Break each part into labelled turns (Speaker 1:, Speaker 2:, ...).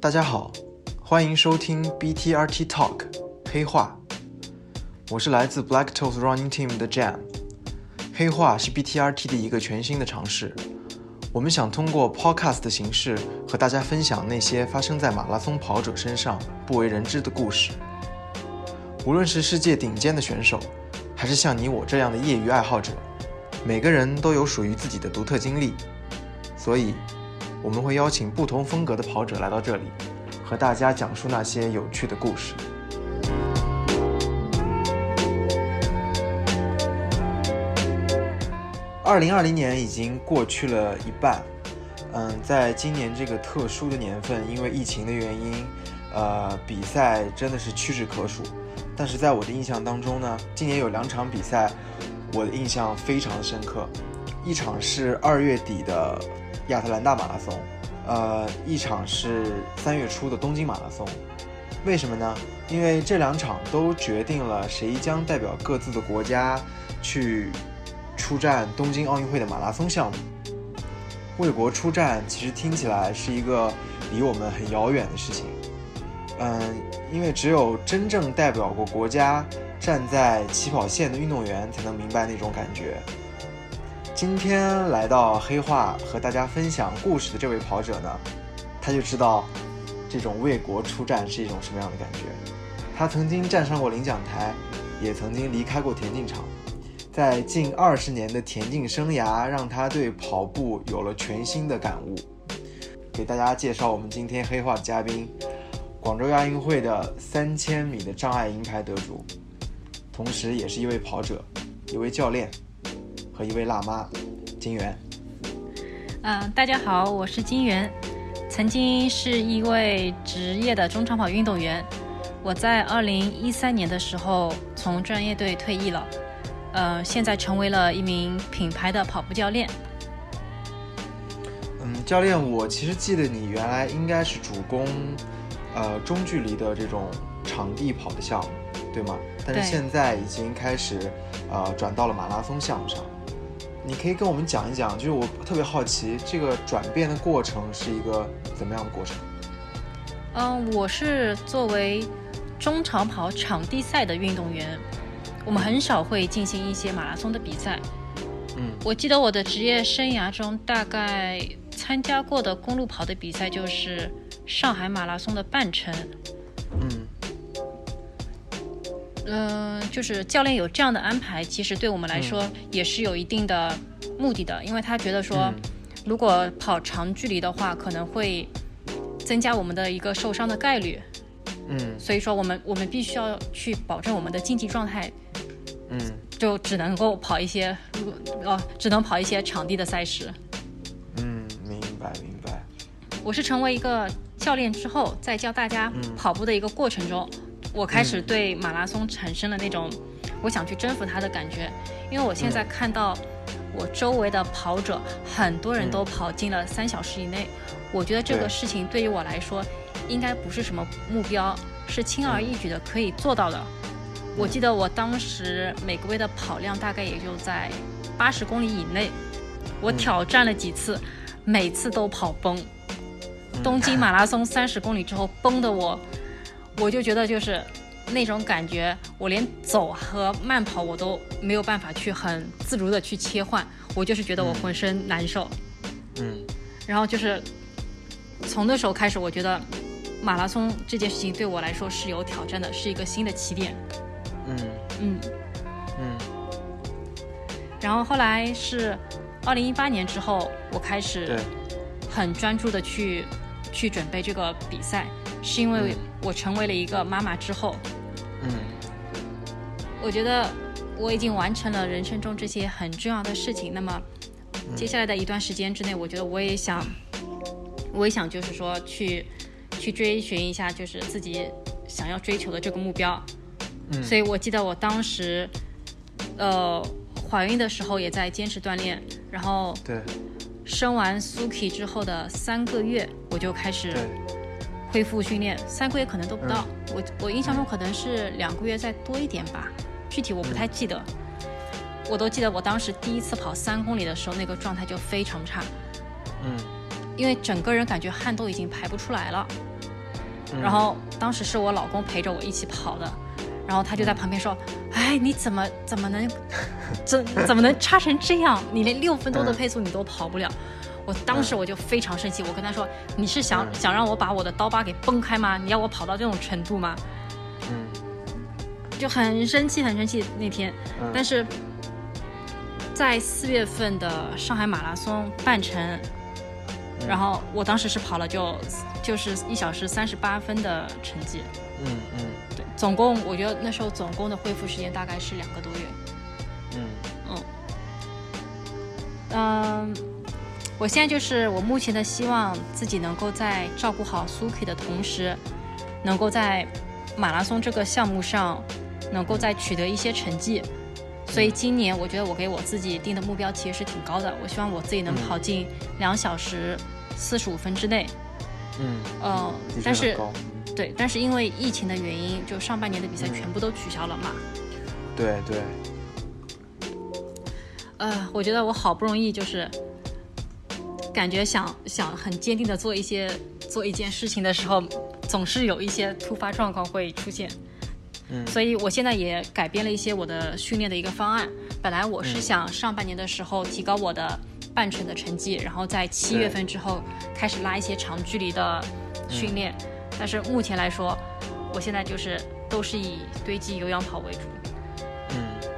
Speaker 1: 大家好，欢迎收听 BTRT Talk 黑话，我是来自 Black Toes Running Team 的 Jam。黑话是 BTRT 的一个全新的尝试，我们想通过 podcast 的形式和大家分享那些发生在马拉松跑者身上不为人知的故事。无论是世界顶尖的选手，还是像你我这样的业余爱好者，每个人都有属于自己的独特经历，所以我们会邀请不同风格的跑者来到这里，和大家讲述那些有趣的故事。二零二零年已经过去了一半，嗯，在今年这个特殊的年份，因为疫情的原因，呃，比赛真的是屈指可数。但是在我的印象当中呢，今年有两场比赛，我的印象非常深刻。一场是二月底的亚特兰大马拉松，呃，一场是三月初的东京马拉松。为什么呢？因为这两场都决定了谁将代表各自的国家去出战东京奥运会的马拉松项目。为国出战其实听起来是一个离我们很遥远的事情，嗯，因为只有真正代表过国家、站在起跑线的运动员才能明白那种感觉。今天来到黑话和大家分享故事的这位跑者呢，他就知道这种为国出战是一种什么样的感觉。他曾经站上过领奖台，也曾经离开过田径场。在近二十年的田径生涯，让他对跑步有了全新的感悟。给大家介绍我们今天黑化的嘉宾，广州亚运会的三千米的障碍银牌得主，同时也是一位跑者、一位教练和一位辣妈，金源。
Speaker 2: 嗯、大家好，我是金源，曾经是一位职业的中长跑运动员。我在二零一三年的时候从专业队退役了，呃，现在成为了一名品牌的跑步教练。
Speaker 1: 嗯，教练，我其实记得你原来应该是主攻，呃，中距离的这种场地跑的项目，对吗？但是
Speaker 2: 对
Speaker 1: 现在已经开始，呃，转到了马拉松项目上。你可以跟我们讲一讲，就是我特别好奇这个转变的过程是一个怎么样的过程？
Speaker 2: 嗯，我是作为中长跑场地赛的运动员，我们很少会进行一些马拉松的比赛。
Speaker 1: 嗯
Speaker 2: 我记得我的职业生涯中，大概参加过的公路跑的比赛就是上海马拉松的半程。
Speaker 1: 嗯
Speaker 2: 嗯、就是教练有这样的安排，其实对我们来说也是有一定的目的的，因为他觉得说
Speaker 1: 嗯，
Speaker 2: 如果跑长距离的话，可能会增加我们的一个受伤的概率，
Speaker 1: 嗯
Speaker 2: 所以说我们我们必须要去保证我们的竞技状态，
Speaker 1: 嗯
Speaker 2: 就只能够跑一些，呃，只能跑一些场地的赛事。
Speaker 1: 嗯，明白明白。
Speaker 2: 我是成为一个教练之后，在教大家
Speaker 1: 嗯
Speaker 2: 跑步的一个过程中，我开始对马拉松产生了那种我想去征服它的感觉，因为我现在看到我周围的跑者，很多人
Speaker 1: 嗯
Speaker 2: 都跑进了三小时以内，我觉得这
Speaker 1: 对
Speaker 2: 个事情对于我来说，应该不是什么目标，是轻而易举的可以做到的。
Speaker 1: 嗯
Speaker 2: 我记得我当时每个月的跑量大概也就在八十公里以内，我
Speaker 1: 嗯
Speaker 2: 挑战了几次，每次都跑崩。东京马拉松三十公里之后崩的我，我就觉得就是那种感觉，我连走和慢跑我都没有办法去很自如的去切换，我就是觉得我浑身难受。
Speaker 1: 嗯
Speaker 2: 然后就是从那时候开始，我觉得马拉松这件事情对我来说是有挑战的，是一个新的起点。
Speaker 1: 嗯
Speaker 2: 嗯，
Speaker 1: 嗯
Speaker 2: 然后后来是二零一八年之后，我开始
Speaker 1: 对
Speaker 2: 很专注的去去准备这个比赛，是因为
Speaker 1: 嗯
Speaker 2: 我成为了一个妈妈之后，
Speaker 1: 嗯
Speaker 2: 我觉得我已经完成了人生中这些很重要的事情。那么接下来的一段时间之内，我觉得我也想，我也想就是说去去追寻一下，就是自己想要追求的这个目标。
Speaker 1: 嗯
Speaker 2: 所以我记得我当时，呃，怀孕的时候也在坚持锻炼，然后
Speaker 1: 对
Speaker 2: 生完 Suki 之后的三个月，我就开始
Speaker 1: 对
Speaker 2: 恢复训练，三个月可能都不到，我我印象中可能是两个月再多一点吧，具体我不太记得。我都记得我当时第一次跑三公里的时候，那个状态就非常差，
Speaker 1: 嗯，
Speaker 2: 因为整个人感觉汗都已经排不出来了。
Speaker 1: 嗯
Speaker 2: 然后当时是我老公陪着我一起跑的，然后他就在旁 边说：“哎，你怎么怎么能，怎怎么能差成这样？你连六分多
Speaker 1: 嗯
Speaker 2: 的配速你都跑不了。”我当时我就非常生气，我跟他说：“你是想、
Speaker 1: 嗯
Speaker 2: 想让我把我的刀疤给崩开吗？你要我跑到这种程度吗
Speaker 1: 嗯？”
Speaker 2: 就很生气，很生气那天。
Speaker 1: 嗯，
Speaker 2: 但是在四月份的上海马拉松半程，
Speaker 1: 嗯
Speaker 2: 然后我当时是跑了就就是一小时三十八分的成绩。
Speaker 1: 嗯嗯
Speaker 2: 对，总共我觉得那时候总共的恢复时间大概是两个多月。
Speaker 1: 嗯
Speaker 2: 嗯，嗯，我现在就是我目前的希望自己能够在照顾好 Suki 的同时，能够在马拉松这个项目上能够再取得一些成绩。所以今年我觉得我给我自己定的目标其实是挺高的，我希望我自己能
Speaker 1: 嗯
Speaker 2: 跑进两小时四十五分之内。
Speaker 1: 嗯，
Speaker 2: 呃
Speaker 1: 的确，很
Speaker 2: 但是
Speaker 1: 高
Speaker 2: 对，但是因为疫情的原因，就上半年的比赛
Speaker 1: 嗯
Speaker 2: 全部都取消了嘛。
Speaker 1: 对对，
Speaker 2: 呃，我觉得我好不容易就是感觉想想很坚定的做一些做一件事情的时候，总是有一些突发状况会出现，
Speaker 1: 嗯
Speaker 2: 所以我现在也改变了一些我的训练的一个方案。本来我是
Speaker 1: 嗯
Speaker 2: 想上半年的时候提高我的半程的成绩，然后在七月份之后开始拉一些长距离的训练，但是目前来说，我现在就是都是以堆积有氧跑为主。
Speaker 1: 嗯，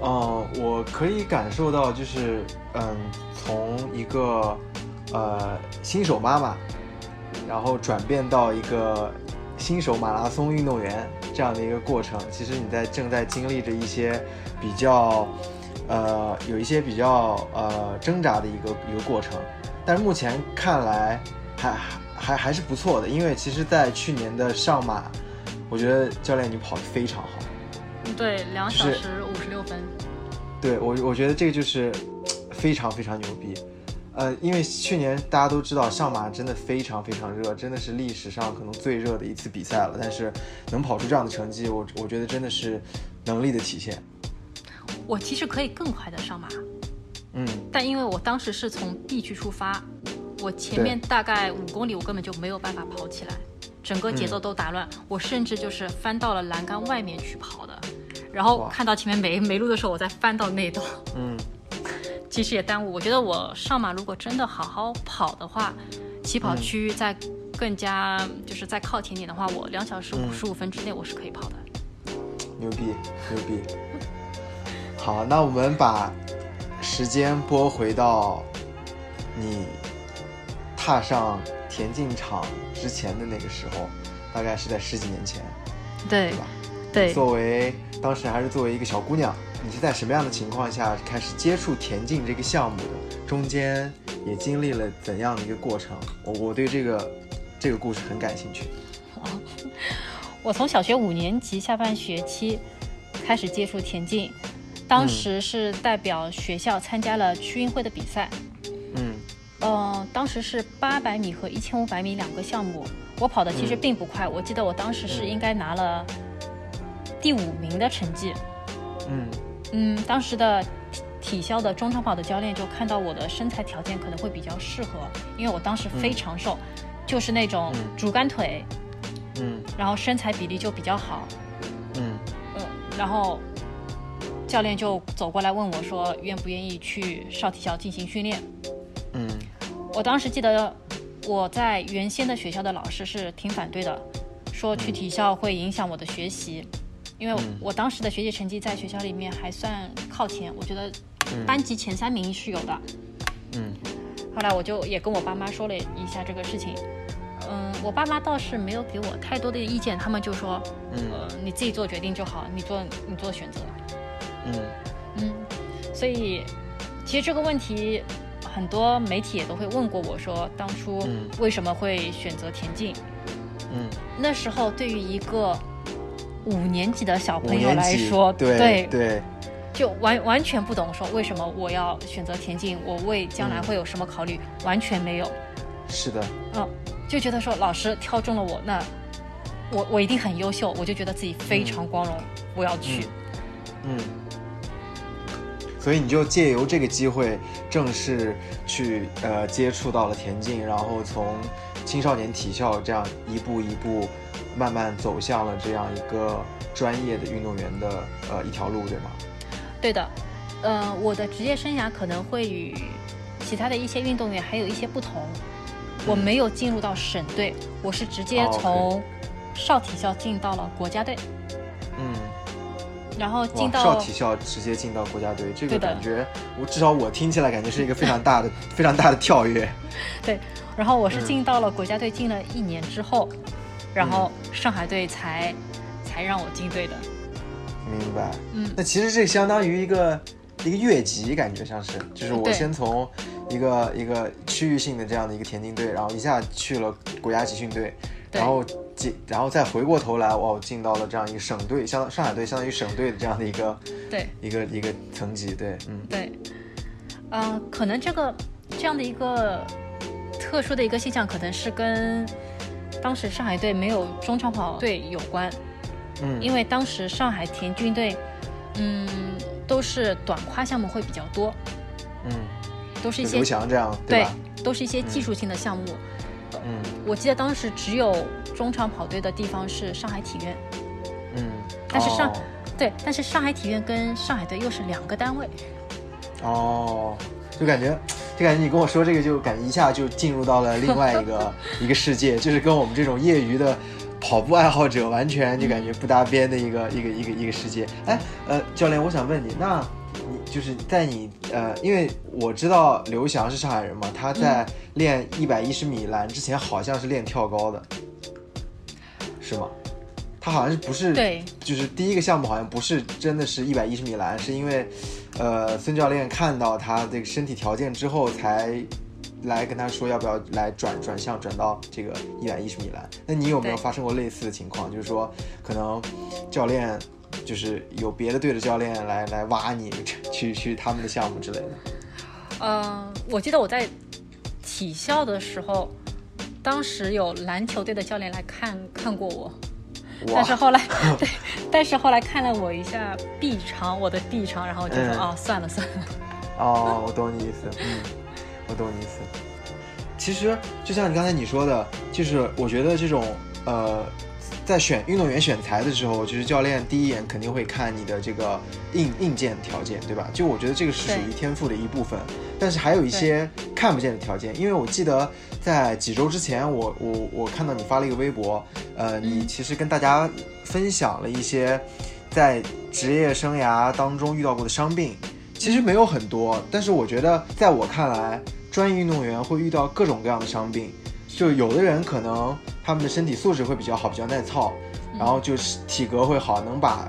Speaker 1: 哦、我可以感受到，就是嗯，从一个呃新手妈妈，然后转变到一个新手马拉松运动员这样的一个过程。其实你在正在经历着一些比较呃有一些比较呃挣扎的一个一个过程，但是目前看来还还还是不错的，因为其实，在去年的上马，我觉得教练你跑得非常好。
Speaker 2: 对，两
Speaker 1: 就
Speaker 2: 小
Speaker 1: 是
Speaker 2: 时五十六分。
Speaker 1: 对我，我觉得这个就是嘖非常非常牛逼。呃，因为去年大家都知道上马真的非常非常热，真的是历史上可能最热的一次比赛了。但是能跑出这样的成绩，我我觉得真的是能力的体现。
Speaker 2: 我其实可以更快的上马，
Speaker 1: 嗯
Speaker 2: 但因为我当时是从 B 区出发，我前面大概五公里我根本就没有办法跑起来，整个节奏
Speaker 1: 嗯
Speaker 2: 都打乱，我甚至就是翻到了栏杆外面去跑的，然后
Speaker 1: 哇
Speaker 2: 看到前面没没路的时候，我再翻到内道，
Speaker 1: 嗯
Speaker 2: 其实也耽误。我觉得我上马如果真的好好跑的话，起跑
Speaker 1: 嗯
Speaker 2: 区再更加就是再靠前一点的话，我两小时五十五分之内我是可以跑的。
Speaker 1: 牛逼牛逼。好，那我们把时间拨回到你踏上田径场之前的那个时候，大概是在十几年前，
Speaker 2: 对
Speaker 1: 对吧？
Speaker 2: 对
Speaker 1: 作为当时还是作为一个小姑娘，你是在什么样的情况下开始接触田径这个项目的？中间也经历了怎样的一个过程？我我对这个这个故事很感兴趣。
Speaker 2: 我从小学五年级下半学期开始接触田径，当时是代表学校参加了区运会的比赛，
Speaker 1: 嗯
Speaker 2: 呃，当时是八百米和一千五百米两个项目，我跑的其实
Speaker 1: 嗯
Speaker 2: 并不快，我记得我当时是应该拿了第五名的成绩。
Speaker 1: 嗯
Speaker 2: 嗯，当时的体体校的中长跑的教练就看到我的身材条件可能会比较适合，因为我当时非常瘦，就是那种
Speaker 1: 嗯
Speaker 2: 竹竿腿，
Speaker 1: 嗯
Speaker 2: 然后身材比例就比较好，
Speaker 1: 嗯
Speaker 2: 嗯，然后教练就走过来问我说，愿不愿意去少体校进行训练？
Speaker 1: 嗯
Speaker 2: 我当时记得我在原先的学校的老师是挺反对的，说去体校会影响我的学习，因为
Speaker 1: 嗯
Speaker 2: 我当时的学习成绩在学校里面还算靠前，我觉得
Speaker 1: 嗯
Speaker 2: 班级前三名是有的。
Speaker 1: 嗯
Speaker 2: 后来我就也跟我爸妈说了一下这个事情，嗯，我爸妈倒是没有给我太多的意见，他们就说，
Speaker 1: 嗯
Speaker 2: 呃，你自己做决定就好，你做你做选择。
Speaker 1: 嗯
Speaker 2: 嗯，所以其实这个问题，很多媒体也都会问过我说，当初
Speaker 1: 嗯
Speaker 2: 为什么会选择田径？
Speaker 1: 嗯，
Speaker 2: 那时候对于一个五年级的小
Speaker 1: 五
Speaker 2: 朋友
Speaker 1: 年
Speaker 2: 来
Speaker 1: 级
Speaker 2: 说，
Speaker 1: 对对
Speaker 2: 就完完全不懂说为什么我要选择田径，我为将来
Speaker 1: 嗯
Speaker 2: 会有什么考虑，完全没有。
Speaker 1: 是的，
Speaker 2: 嗯，就觉得说老师挑中了我，那我
Speaker 1: 嗯
Speaker 2: 我一定很优秀，我就觉得自己非常光荣，我要去。
Speaker 1: 嗯所以你就借由这个机会，正式去呃接触到了田径，然后从青少年体校这样一步一步，慢慢走向了这样一个专业的运动员的呃一条路，对吗？
Speaker 2: 对的，呃，我的职业生涯可能会与其他的一些运动员还有一些不同。我没有进入到省队，我是直接
Speaker 1: 嗯哦，OK
Speaker 2: 从少体校进到了国家队，
Speaker 1: 嗯，
Speaker 2: 然后
Speaker 1: 哇
Speaker 2: 进，
Speaker 1: 少
Speaker 2: 到
Speaker 1: 体校直接进到国家队，这个
Speaker 2: 对的
Speaker 1: 感觉我至少我听起来感觉是一个非常大 的非常大的跳跃。
Speaker 2: 对，然后我是
Speaker 1: 嗯
Speaker 2: 进到了国家队，进了一年之后，然后
Speaker 1: 嗯
Speaker 2: 上海队才才让我进队的。
Speaker 1: 明白。
Speaker 2: 嗯
Speaker 1: 那其实这相当于一个一个越级，感觉像是，就是我
Speaker 2: 对
Speaker 1: 先从一个一个区域性的这样的一个田径队，然后一下去了国家集训队，
Speaker 2: 对
Speaker 1: 然后进，然后再回过头来，哇，我进到了这样一个省队，相上海队相当于省队的这样的一个
Speaker 2: 对
Speaker 1: 一个一个层级，对，嗯
Speaker 2: 对，呃，可能这个这样的一个特殊的一个现象，可能是跟当时上海队没有中长跑队有关，
Speaker 1: 嗯，
Speaker 2: 因为当时上海田径队，嗯，都是短跨项目会比较多，
Speaker 1: 嗯，
Speaker 2: 都是一
Speaker 1: 就
Speaker 2: 些
Speaker 1: 刘翔这样，
Speaker 2: 对
Speaker 1: 吧？，
Speaker 2: 都是一些技术性的项目。
Speaker 1: 嗯
Speaker 2: 我记得当时只有中长跑队的地方是上海体院，
Speaker 1: 嗯，
Speaker 2: 但是上
Speaker 1: 哦
Speaker 2: 对，但是上海体院跟上海队又是两个单位。
Speaker 1: 哦，就感觉，就感觉你跟我说这个，就感觉一下就进入到了另外一个一个世界，就是跟我们这种业余的跑步爱好者完全就感觉不搭边的一个、一个一个一个世界。哎，呃，教练，我想问你，那你就是在你呃，因为我知道刘翔是上海人嘛，他在练一百一十米栏之前好像是练跳高的，是吗？他好像是不是
Speaker 2: 对
Speaker 1: 就是第一个项目好像不是真的是一百一十米栏，是因为，呃，孙教练看到他这个身体条件之后，才来跟他说要不要来转转向转到这个一百一十米栏。那你有没有
Speaker 2: 对
Speaker 1: 发生过类似的情况？就是说，可能教练就是有别的队的教练来来挖你去去他们的项目之类的。
Speaker 2: 嗯，我记得我在体校的时候，当时有篮球队的教练来看看过我，但是
Speaker 1: 哇，
Speaker 2: 后来对，但是后来看了我一下臂长，我的臂长，然后就说、
Speaker 1: 嗯
Speaker 2: 哦，算了算了，
Speaker 1: 哦，我懂你意思，嗯，我懂你意思。其实就像你刚才你说的，就是我觉得这种呃，在选运动员选材的时候，就是教练第一眼肯定会看你的这个硬硬件条件，对吧？就我觉得这个是属于
Speaker 2: 对
Speaker 1: 天赋的一部分，但是还有一些看不见的条件。因为我记得在几周之前，我我我看到你发了一个微博，呃，你其实跟大家分享了一些在职业生涯当中遇到过的伤病。其实没有很多，但是我觉得在我看来，专业运动员会遇到各种各样的伤病。就有的人可能他们的身体素质会比较好，比较耐操，然后就是体格会好，能把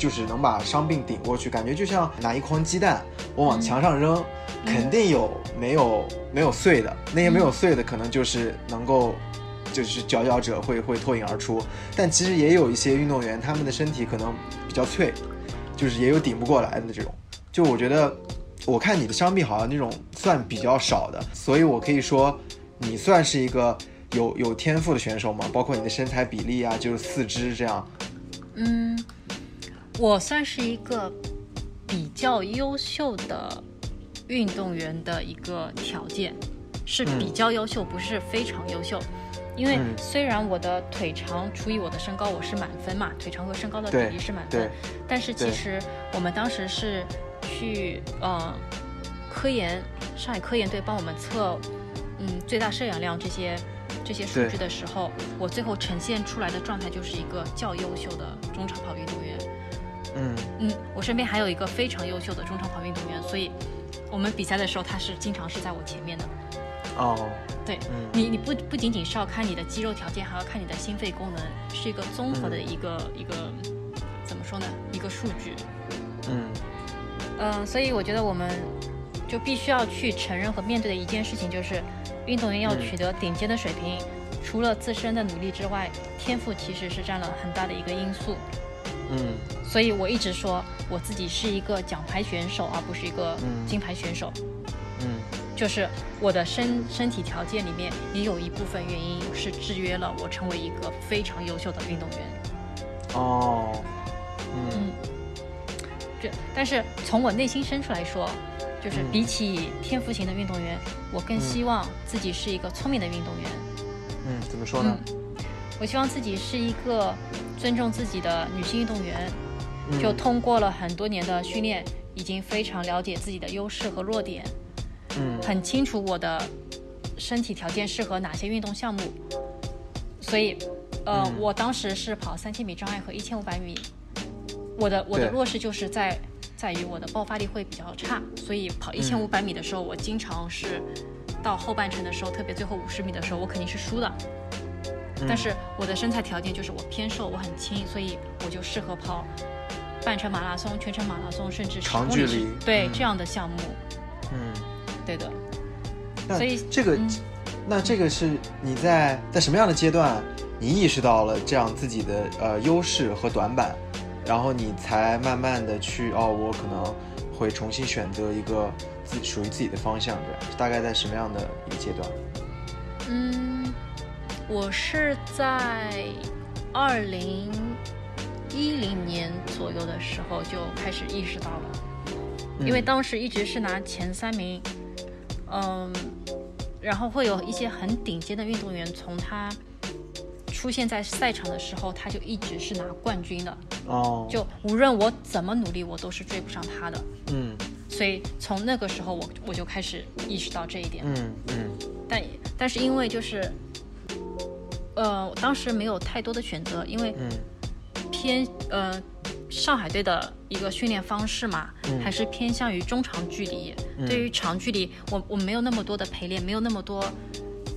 Speaker 1: 就是能把伤病顶过去，感觉就像拿一筐鸡蛋，我往墙上扔，肯定有没有没有碎的，那些没有碎的可能就是能够就是佼佼者会会脱颖而出，但其实也有一些运动员，他们的身体可能比较脆，就是也有顶不过来的这种。就我觉得，我看你的伤病好像那种算比较少的，所以我可以说你算是一个有有天赋的选手嘛，包括你的身材比例啊，就是四肢这样。
Speaker 2: 嗯，我算是一个比较优秀的运动员的一个条件，是
Speaker 1: 嗯
Speaker 2: 比较优秀，不是非常优秀。因为
Speaker 1: 嗯
Speaker 2: 虽然我的腿长除以我的身高，我是满分嘛，腿长和身高的比
Speaker 1: 对
Speaker 2: 例是满
Speaker 1: 对
Speaker 2: 分，但是其
Speaker 1: 对
Speaker 2: 实我们当时是去呃科研上海科研队帮我们测嗯最大摄氧量这些这些数
Speaker 1: 对
Speaker 2: 据的时候，我最后呈现出来的状态就是一个较优秀的中长跑运动员。
Speaker 1: 嗯，
Speaker 2: 嗯，我身边还有一个非常优秀的中长跑运动员，所以我们比赛的时候他是经常是在我前面的。
Speaker 1: 哦，
Speaker 2: 对
Speaker 1: 嗯
Speaker 2: 你，你不不仅仅是要看你的肌肉条件，还要看你的心肺功能，是一个综合的一个、一个怎么说呢？一个数据。
Speaker 1: 嗯，
Speaker 2: 嗯，所以我觉得我们就必须要去承认和面对的一件事情，就是运动员要
Speaker 1: 嗯
Speaker 2: 取得顶尖的水平，除了自身的努力之外，天赋其实是占了很大的一个因素。
Speaker 1: 嗯，
Speaker 2: 所以我一直说我自己是一个奖牌选手，而不是一个
Speaker 1: 嗯
Speaker 2: 金牌选手。
Speaker 1: 嗯，
Speaker 2: 就是我的身身体条件里面也有一部分原因是制约了我成为一个非常优秀的运动员。
Speaker 1: 哦，嗯，
Speaker 2: 嗯，这但是从我内心深处来说，就是
Speaker 1: 嗯
Speaker 2: 比起天赋型的运动员，我更希望自己是一个聪明的运动员。
Speaker 1: 嗯，怎么说呢？
Speaker 2: 我希望自己是一个尊重自己的女性运动员，
Speaker 1: 嗯
Speaker 2: 就通过了很多年的训练，已经非常了解自己的优势和弱点，
Speaker 1: 嗯
Speaker 2: 很清楚我的身体条件适合哪些运动项目。所以，呃，
Speaker 1: 嗯
Speaker 2: 我当时是跑三千米障碍和一千五百米，我的我的
Speaker 1: 对
Speaker 2: 弱势就是在在于我的爆发力会比较差，所以
Speaker 1: 嗯
Speaker 2: 跑一千五百米的时候，我经常是到后半程的时候，特别最后五十米的时候，我肯定是输的。
Speaker 1: 嗯
Speaker 2: 但是我的身材条件就是我偏瘦，我很轻，所以我就适合跑半程马拉松、全程马拉松，甚至10
Speaker 1: 长
Speaker 2: 公
Speaker 1: 距
Speaker 2: 里
Speaker 1: 离
Speaker 2: 对、
Speaker 1: 嗯
Speaker 2: 这样的项目，
Speaker 1: 嗯，
Speaker 2: 对的。
Speaker 1: 那
Speaker 2: 所以
Speaker 1: 这个、
Speaker 2: 嗯
Speaker 1: 那这个是你在在什么样的阶段，你意识到了这样自己的呃优势和短板，然后你才慢慢的去哦，我可能会重新选择一个自属于自己的方向，这样大概在什么样的一个阶段？
Speaker 2: 嗯，我是在二零一零年左右的时候就开始意识到了，
Speaker 1: 嗯
Speaker 2: 因为当时一直是拿前三名，嗯，然后会有一些很顶尖的运动员，从他出现在赛场的时候，他就一直是拿冠军的，
Speaker 1: 哦，
Speaker 2: 就无论我怎么努力，我都是追不上他的。
Speaker 1: 嗯
Speaker 2: 所以从那个时候我，我就开始意识到这一点。
Speaker 1: 嗯嗯
Speaker 2: 但但是因为就是，呃，我当时没有太多的选择，因为
Speaker 1: 嗯
Speaker 2: 偏呃上海队的一个训练方式嘛，
Speaker 1: 嗯
Speaker 2: 还是偏向于中长距离。
Speaker 1: 嗯
Speaker 2: 对于长距离，我我没有那么多的陪练，没有那么多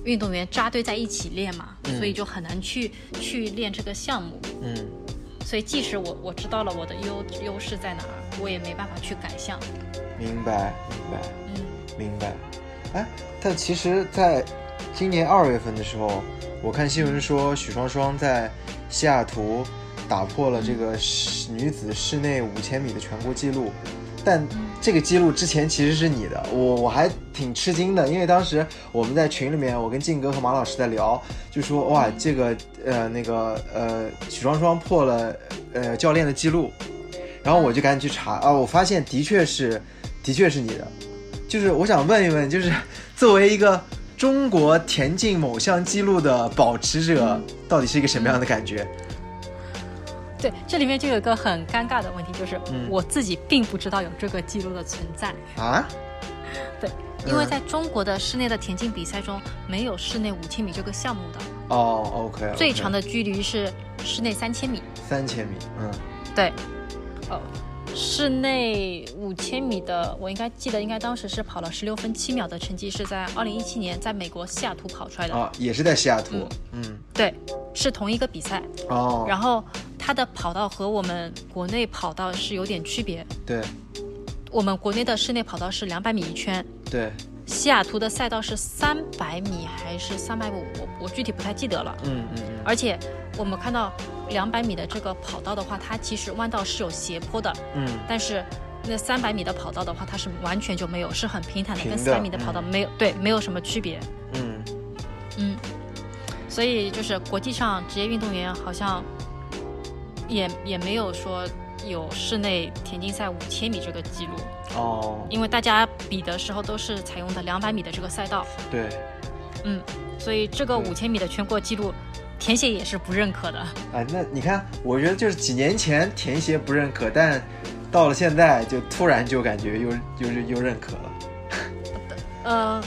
Speaker 2: 运动员扎堆在一起练嘛，
Speaker 1: 嗯
Speaker 2: 所以就很难去去练这个项目。
Speaker 1: 嗯，
Speaker 2: 所以即使我我知道了我的优优势在哪儿，我也没办法去改项。
Speaker 1: 明白明白。
Speaker 2: 嗯
Speaker 1: 明白。哎，但其实，在今年二月份的时候，我看新闻说许双双在西雅图打破了这个室女子室内五千米的全国纪录，但这个记录之前其实是你的，我我还挺吃惊的，因为当时我们在群里面，我跟静哥和马老师在聊，就说哇，这个呃那个呃许双双破了呃教练的记录，然后我就赶紧去查啊，我发现的确是的确是你的，就是我想问一问，就是作为一个中国田径某项纪录的保持
Speaker 2: 嗯
Speaker 1: 者，到底是一个什么样的感觉？
Speaker 2: 对，这里面就有一个很尴尬的问题，就是
Speaker 1: 嗯
Speaker 2: 我自己并不知道有这个记录的存在。
Speaker 1: 啊？
Speaker 2: 对，因为
Speaker 1: 嗯
Speaker 2: 在中国的室内的田径比赛中，没有室内五千米这个项目的，
Speaker 1: 哦，OK，,
Speaker 2: 最长
Speaker 1: 的
Speaker 2: 的距离是室内三千米。
Speaker 1: 三千米，嗯
Speaker 2: 对，哦，室内五千米的，我应该记得，应该当时是跑了十六分七秒的成绩，是在二零一七年在美国西雅图跑出来的。
Speaker 1: 啊，也是在西雅图，嗯，
Speaker 2: 对，是同一个比赛，
Speaker 1: 哦，
Speaker 2: 然后它的跑道和我们国内跑道是有点区别。
Speaker 1: 对
Speaker 2: 我们国内的室内跑道是两百米一圈，
Speaker 1: 对，
Speaker 2: 西雅图的赛道是三百米还是三百五？我我具体不太记得了。
Speaker 1: 嗯嗯
Speaker 2: 而且我们看到两百米的这个跑道的话，它其实弯道是有斜坡的，
Speaker 1: 嗯
Speaker 2: 但是那三百米的跑道的话，它是完全就没有，是很平坦的，
Speaker 1: 平
Speaker 2: 跟
Speaker 1: 的
Speaker 2: 四百米的跑道
Speaker 1: 嗯
Speaker 2: 没有、对没有什么区别。
Speaker 1: 嗯嗯
Speaker 2: 嗯，所以就是国际上职业运动员好像也也没有说有室内田径赛五千米这个记录，
Speaker 1: 哦，
Speaker 2: 因为大家比的时候都是采用的两百米的这个赛道。
Speaker 1: 对
Speaker 2: 嗯，所以这个
Speaker 1: 对
Speaker 2: 五千米的全国纪录，田协也是不认可的。
Speaker 1: 啊，那你看，我觉得就是几年前田协不认可，但到了现在就突然就感觉又又又又认可了，
Speaker 2: 呃，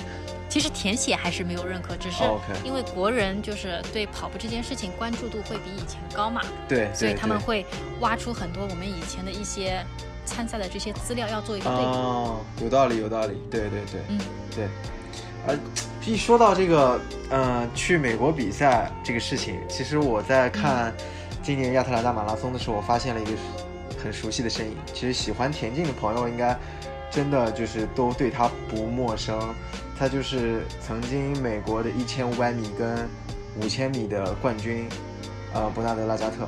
Speaker 2: 其实田协还是没有认可，只是
Speaker 1: 哦 OK
Speaker 2: 因为国人就是对跑步这件事情关注度会比以前高嘛，
Speaker 1: 对，
Speaker 2: 所以他们
Speaker 1: 对
Speaker 2: 会挖出很多我们以前的一些参赛的这些资料，要做一个对比。
Speaker 1: 哦，有道理，有道理，对对对，
Speaker 2: 嗯，
Speaker 1: 对，而一说到这个，呃，去美国比赛这个事情，其实我
Speaker 2: 嗯
Speaker 1: 在看今年亚特兰大马拉松的时候，我发现了一个很熟悉的身影。其实喜欢田径的朋友应该真的就是都对他不陌生，他就是曾经美国的一千五百米跟五千米的冠军，呃，伯纳德拉加特。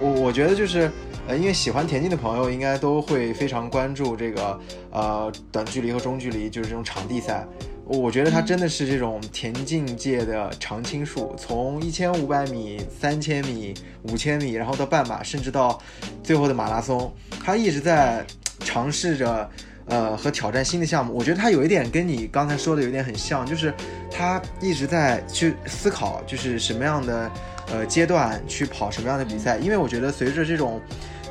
Speaker 1: 我我觉得就是，呃，因为喜欢田径的朋友应该都会非常关注这个，呃，短距离和中距离，就是这种场地赛。我我觉得他真的是这种田径界的常青树，从一千五百米、三千米、五千米，然后到半马，甚至到最后的马拉松，他一直在尝试着呃和挑战新的项目。我觉得他有一点跟你刚才说的有点很像，就是他一直在去思考，就是什么样的呃阶段去跑什么样的比赛。因为我觉得随着这种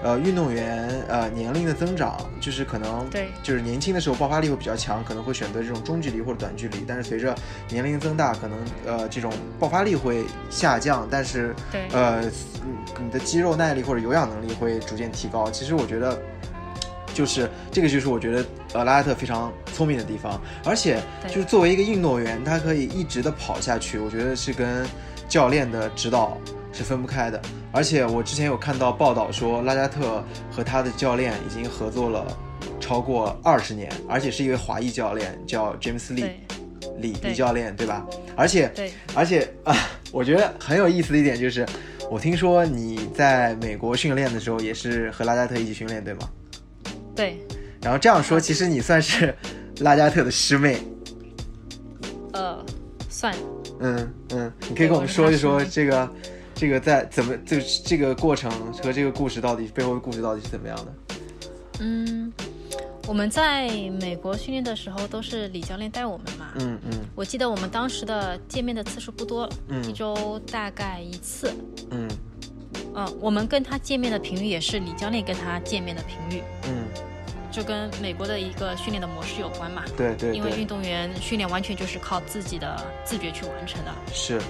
Speaker 1: 呃运动员呃年龄的增长，就是可能
Speaker 2: 对
Speaker 1: 就是年轻的时候爆发力会比较强，可能会选择这种中距离或者短距离。但是随着年龄增大，可能呃这种爆发力会下降，但是
Speaker 2: 对，
Speaker 1: 呃，嗯你的肌肉耐力或者有氧能力会逐渐提高。其实我觉得，就是这个就是我觉得呃拉拉特非常聪明的地方，而且
Speaker 2: 对
Speaker 1: 就是作为一个运动员，他可以一直的跑下去，我觉得是跟教练的指导是分不开的。而且我之前有看到报道说，拉加特和他的教练已经合作了超过二十年，而且是一位华裔教练，叫 James Lee
Speaker 2: 对
Speaker 1: 李
Speaker 2: 对
Speaker 1: 李教练，对吧？而且
Speaker 2: 对
Speaker 1: 而且啊，我觉得很有意思的一点就是，我听说你在美国训练的时候也是和拉加特一起训练，对吗？
Speaker 2: 啊对，
Speaker 1: 然后这样说，其实你算是拉加特的师妹。
Speaker 2: 呃，算
Speaker 1: 嗯嗯，你可以跟我们说一说
Speaker 2: 对我是他
Speaker 1: 这个，这个在怎么就是这个过程和这个故事到底背后的故事到底是怎么样的？
Speaker 2: 嗯，我们在美国训练的时候都是李教练带我们嘛。
Speaker 1: 嗯嗯
Speaker 2: 我记得我们当时的见面的次数不多，一
Speaker 1: 嗯
Speaker 2: 周大概一次。
Speaker 1: 嗯
Speaker 2: 嗯，我们跟他见面的频率也是李教练跟他见面的频率，
Speaker 1: 嗯，
Speaker 2: 就跟美国的一个训练的模式有关嘛。
Speaker 1: 对对
Speaker 2: 因为运
Speaker 1: 对，
Speaker 2: 动员训练完全就是靠自己的自觉去完成的。
Speaker 1: 是，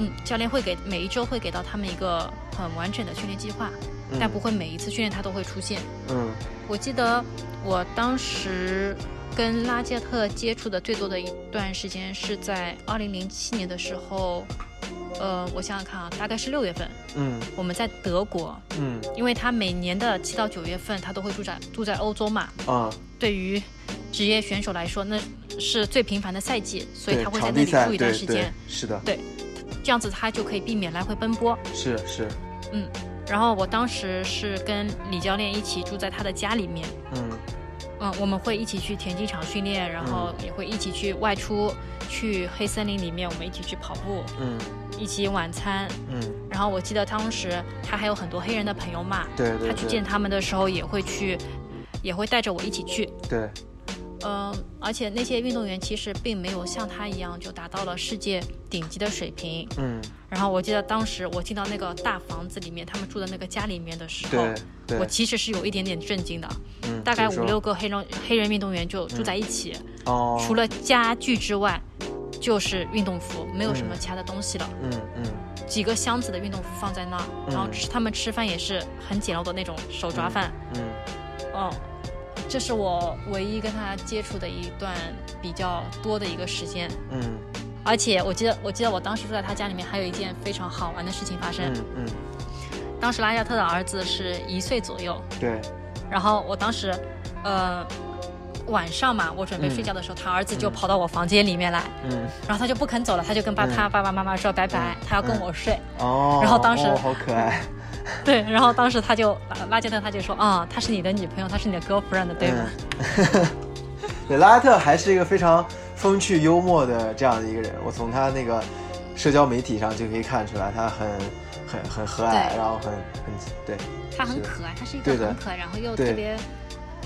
Speaker 2: 嗯，教练会给每一周会给到他们一个很完整的训练计划，
Speaker 1: 嗯
Speaker 2: 但不会每一次训练他都会出现。
Speaker 1: 嗯
Speaker 2: 我记得我当时跟拉加特接触的最多的一段时间是在二零零七年的时候，呃，我想想看啊，大概是六月份，
Speaker 1: 嗯
Speaker 2: 我们在德国，
Speaker 1: 嗯
Speaker 2: 因为他每年的七到九月份他都会住在住在欧洲嘛，
Speaker 1: 啊，
Speaker 2: 对于职业选手来说那是最频繁的赛季，所以
Speaker 1: 对
Speaker 2: 他会在
Speaker 1: 场
Speaker 2: 那
Speaker 1: 地
Speaker 2: 里
Speaker 1: 赛
Speaker 2: 住一
Speaker 1: 对
Speaker 2: 段时
Speaker 1: 对
Speaker 2: 间，
Speaker 1: 是的，
Speaker 2: 这样子他就可以避免来回奔波。
Speaker 1: 是是，
Speaker 2: 然后我当时是跟李教练一起住在他的家里面。
Speaker 1: 嗯
Speaker 2: 嗯，我们会一起去田径场训练，然后也会一起去外出，去黑森林里面，我们一起去跑步，
Speaker 1: 嗯
Speaker 2: 一起晚餐。
Speaker 1: 嗯，
Speaker 2: 然后我记得当时他还有很多黑人的朋友嘛，
Speaker 1: 对对
Speaker 2: 他去见
Speaker 1: 对
Speaker 2: 他们的时候也会去，也会带着我一起去。
Speaker 1: 对，
Speaker 2: 嗯，而且那些运动员其实并没有像他一样就达到了世界顶级的水平。
Speaker 1: 嗯
Speaker 2: 然后我记得当时我进到那个大房子里面，他们住的那个家里面的时候
Speaker 1: 对，对，
Speaker 2: 哦我其实是有一点点震惊的。
Speaker 1: 嗯
Speaker 2: 大概
Speaker 1: 比如说
Speaker 2: 五六个黑人黑人运动员就住在一起，
Speaker 1: 哦，
Speaker 2: 除了家具之外，就是运动服，没有什么其他的东西了。
Speaker 1: 嗯嗯
Speaker 2: 几个箱子的运动服放在那儿，然后吃他们吃饭也是很简陋的那种手抓饭。
Speaker 1: 嗯
Speaker 2: 哦、这是我唯一跟他接触的一段比较多的一个时间。
Speaker 1: 嗯
Speaker 2: 而且我记得，我记得我当时住在他家里面，还有一件非常好玩的事情发生。
Speaker 1: 嗯嗯，
Speaker 2: 当时拉亚特的儿子是一岁左右，
Speaker 1: 对，
Speaker 2: 然后我当时，呃，晚上嘛，我准备睡觉的时候，他儿子就跑到我房间里面来，
Speaker 1: 嗯
Speaker 2: 然后他就不肯走了，他就跟爸他爸爸妈妈说拜拜，他要跟我睡。
Speaker 1: 哦，
Speaker 2: 然后当时
Speaker 1: 哦好可爱，
Speaker 2: 对，然后当时他就拉拉杰特他就说啊、她是你的女朋友，她是你的 girlfriend，对吗？
Speaker 1: 嗯 对，拉拉特还是一个非常风趣幽默的这样的一个人，我从他那个社交媒体上就可以看出来，他很很很和蔼，
Speaker 2: 对
Speaker 1: 然后很很对
Speaker 2: 她很
Speaker 1: 是的
Speaker 2: 可爱，她是一个
Speaker 1: 对的
Speaker 2: 很可爱，然后又
Speaker 1: 对
Speaker 2: 特别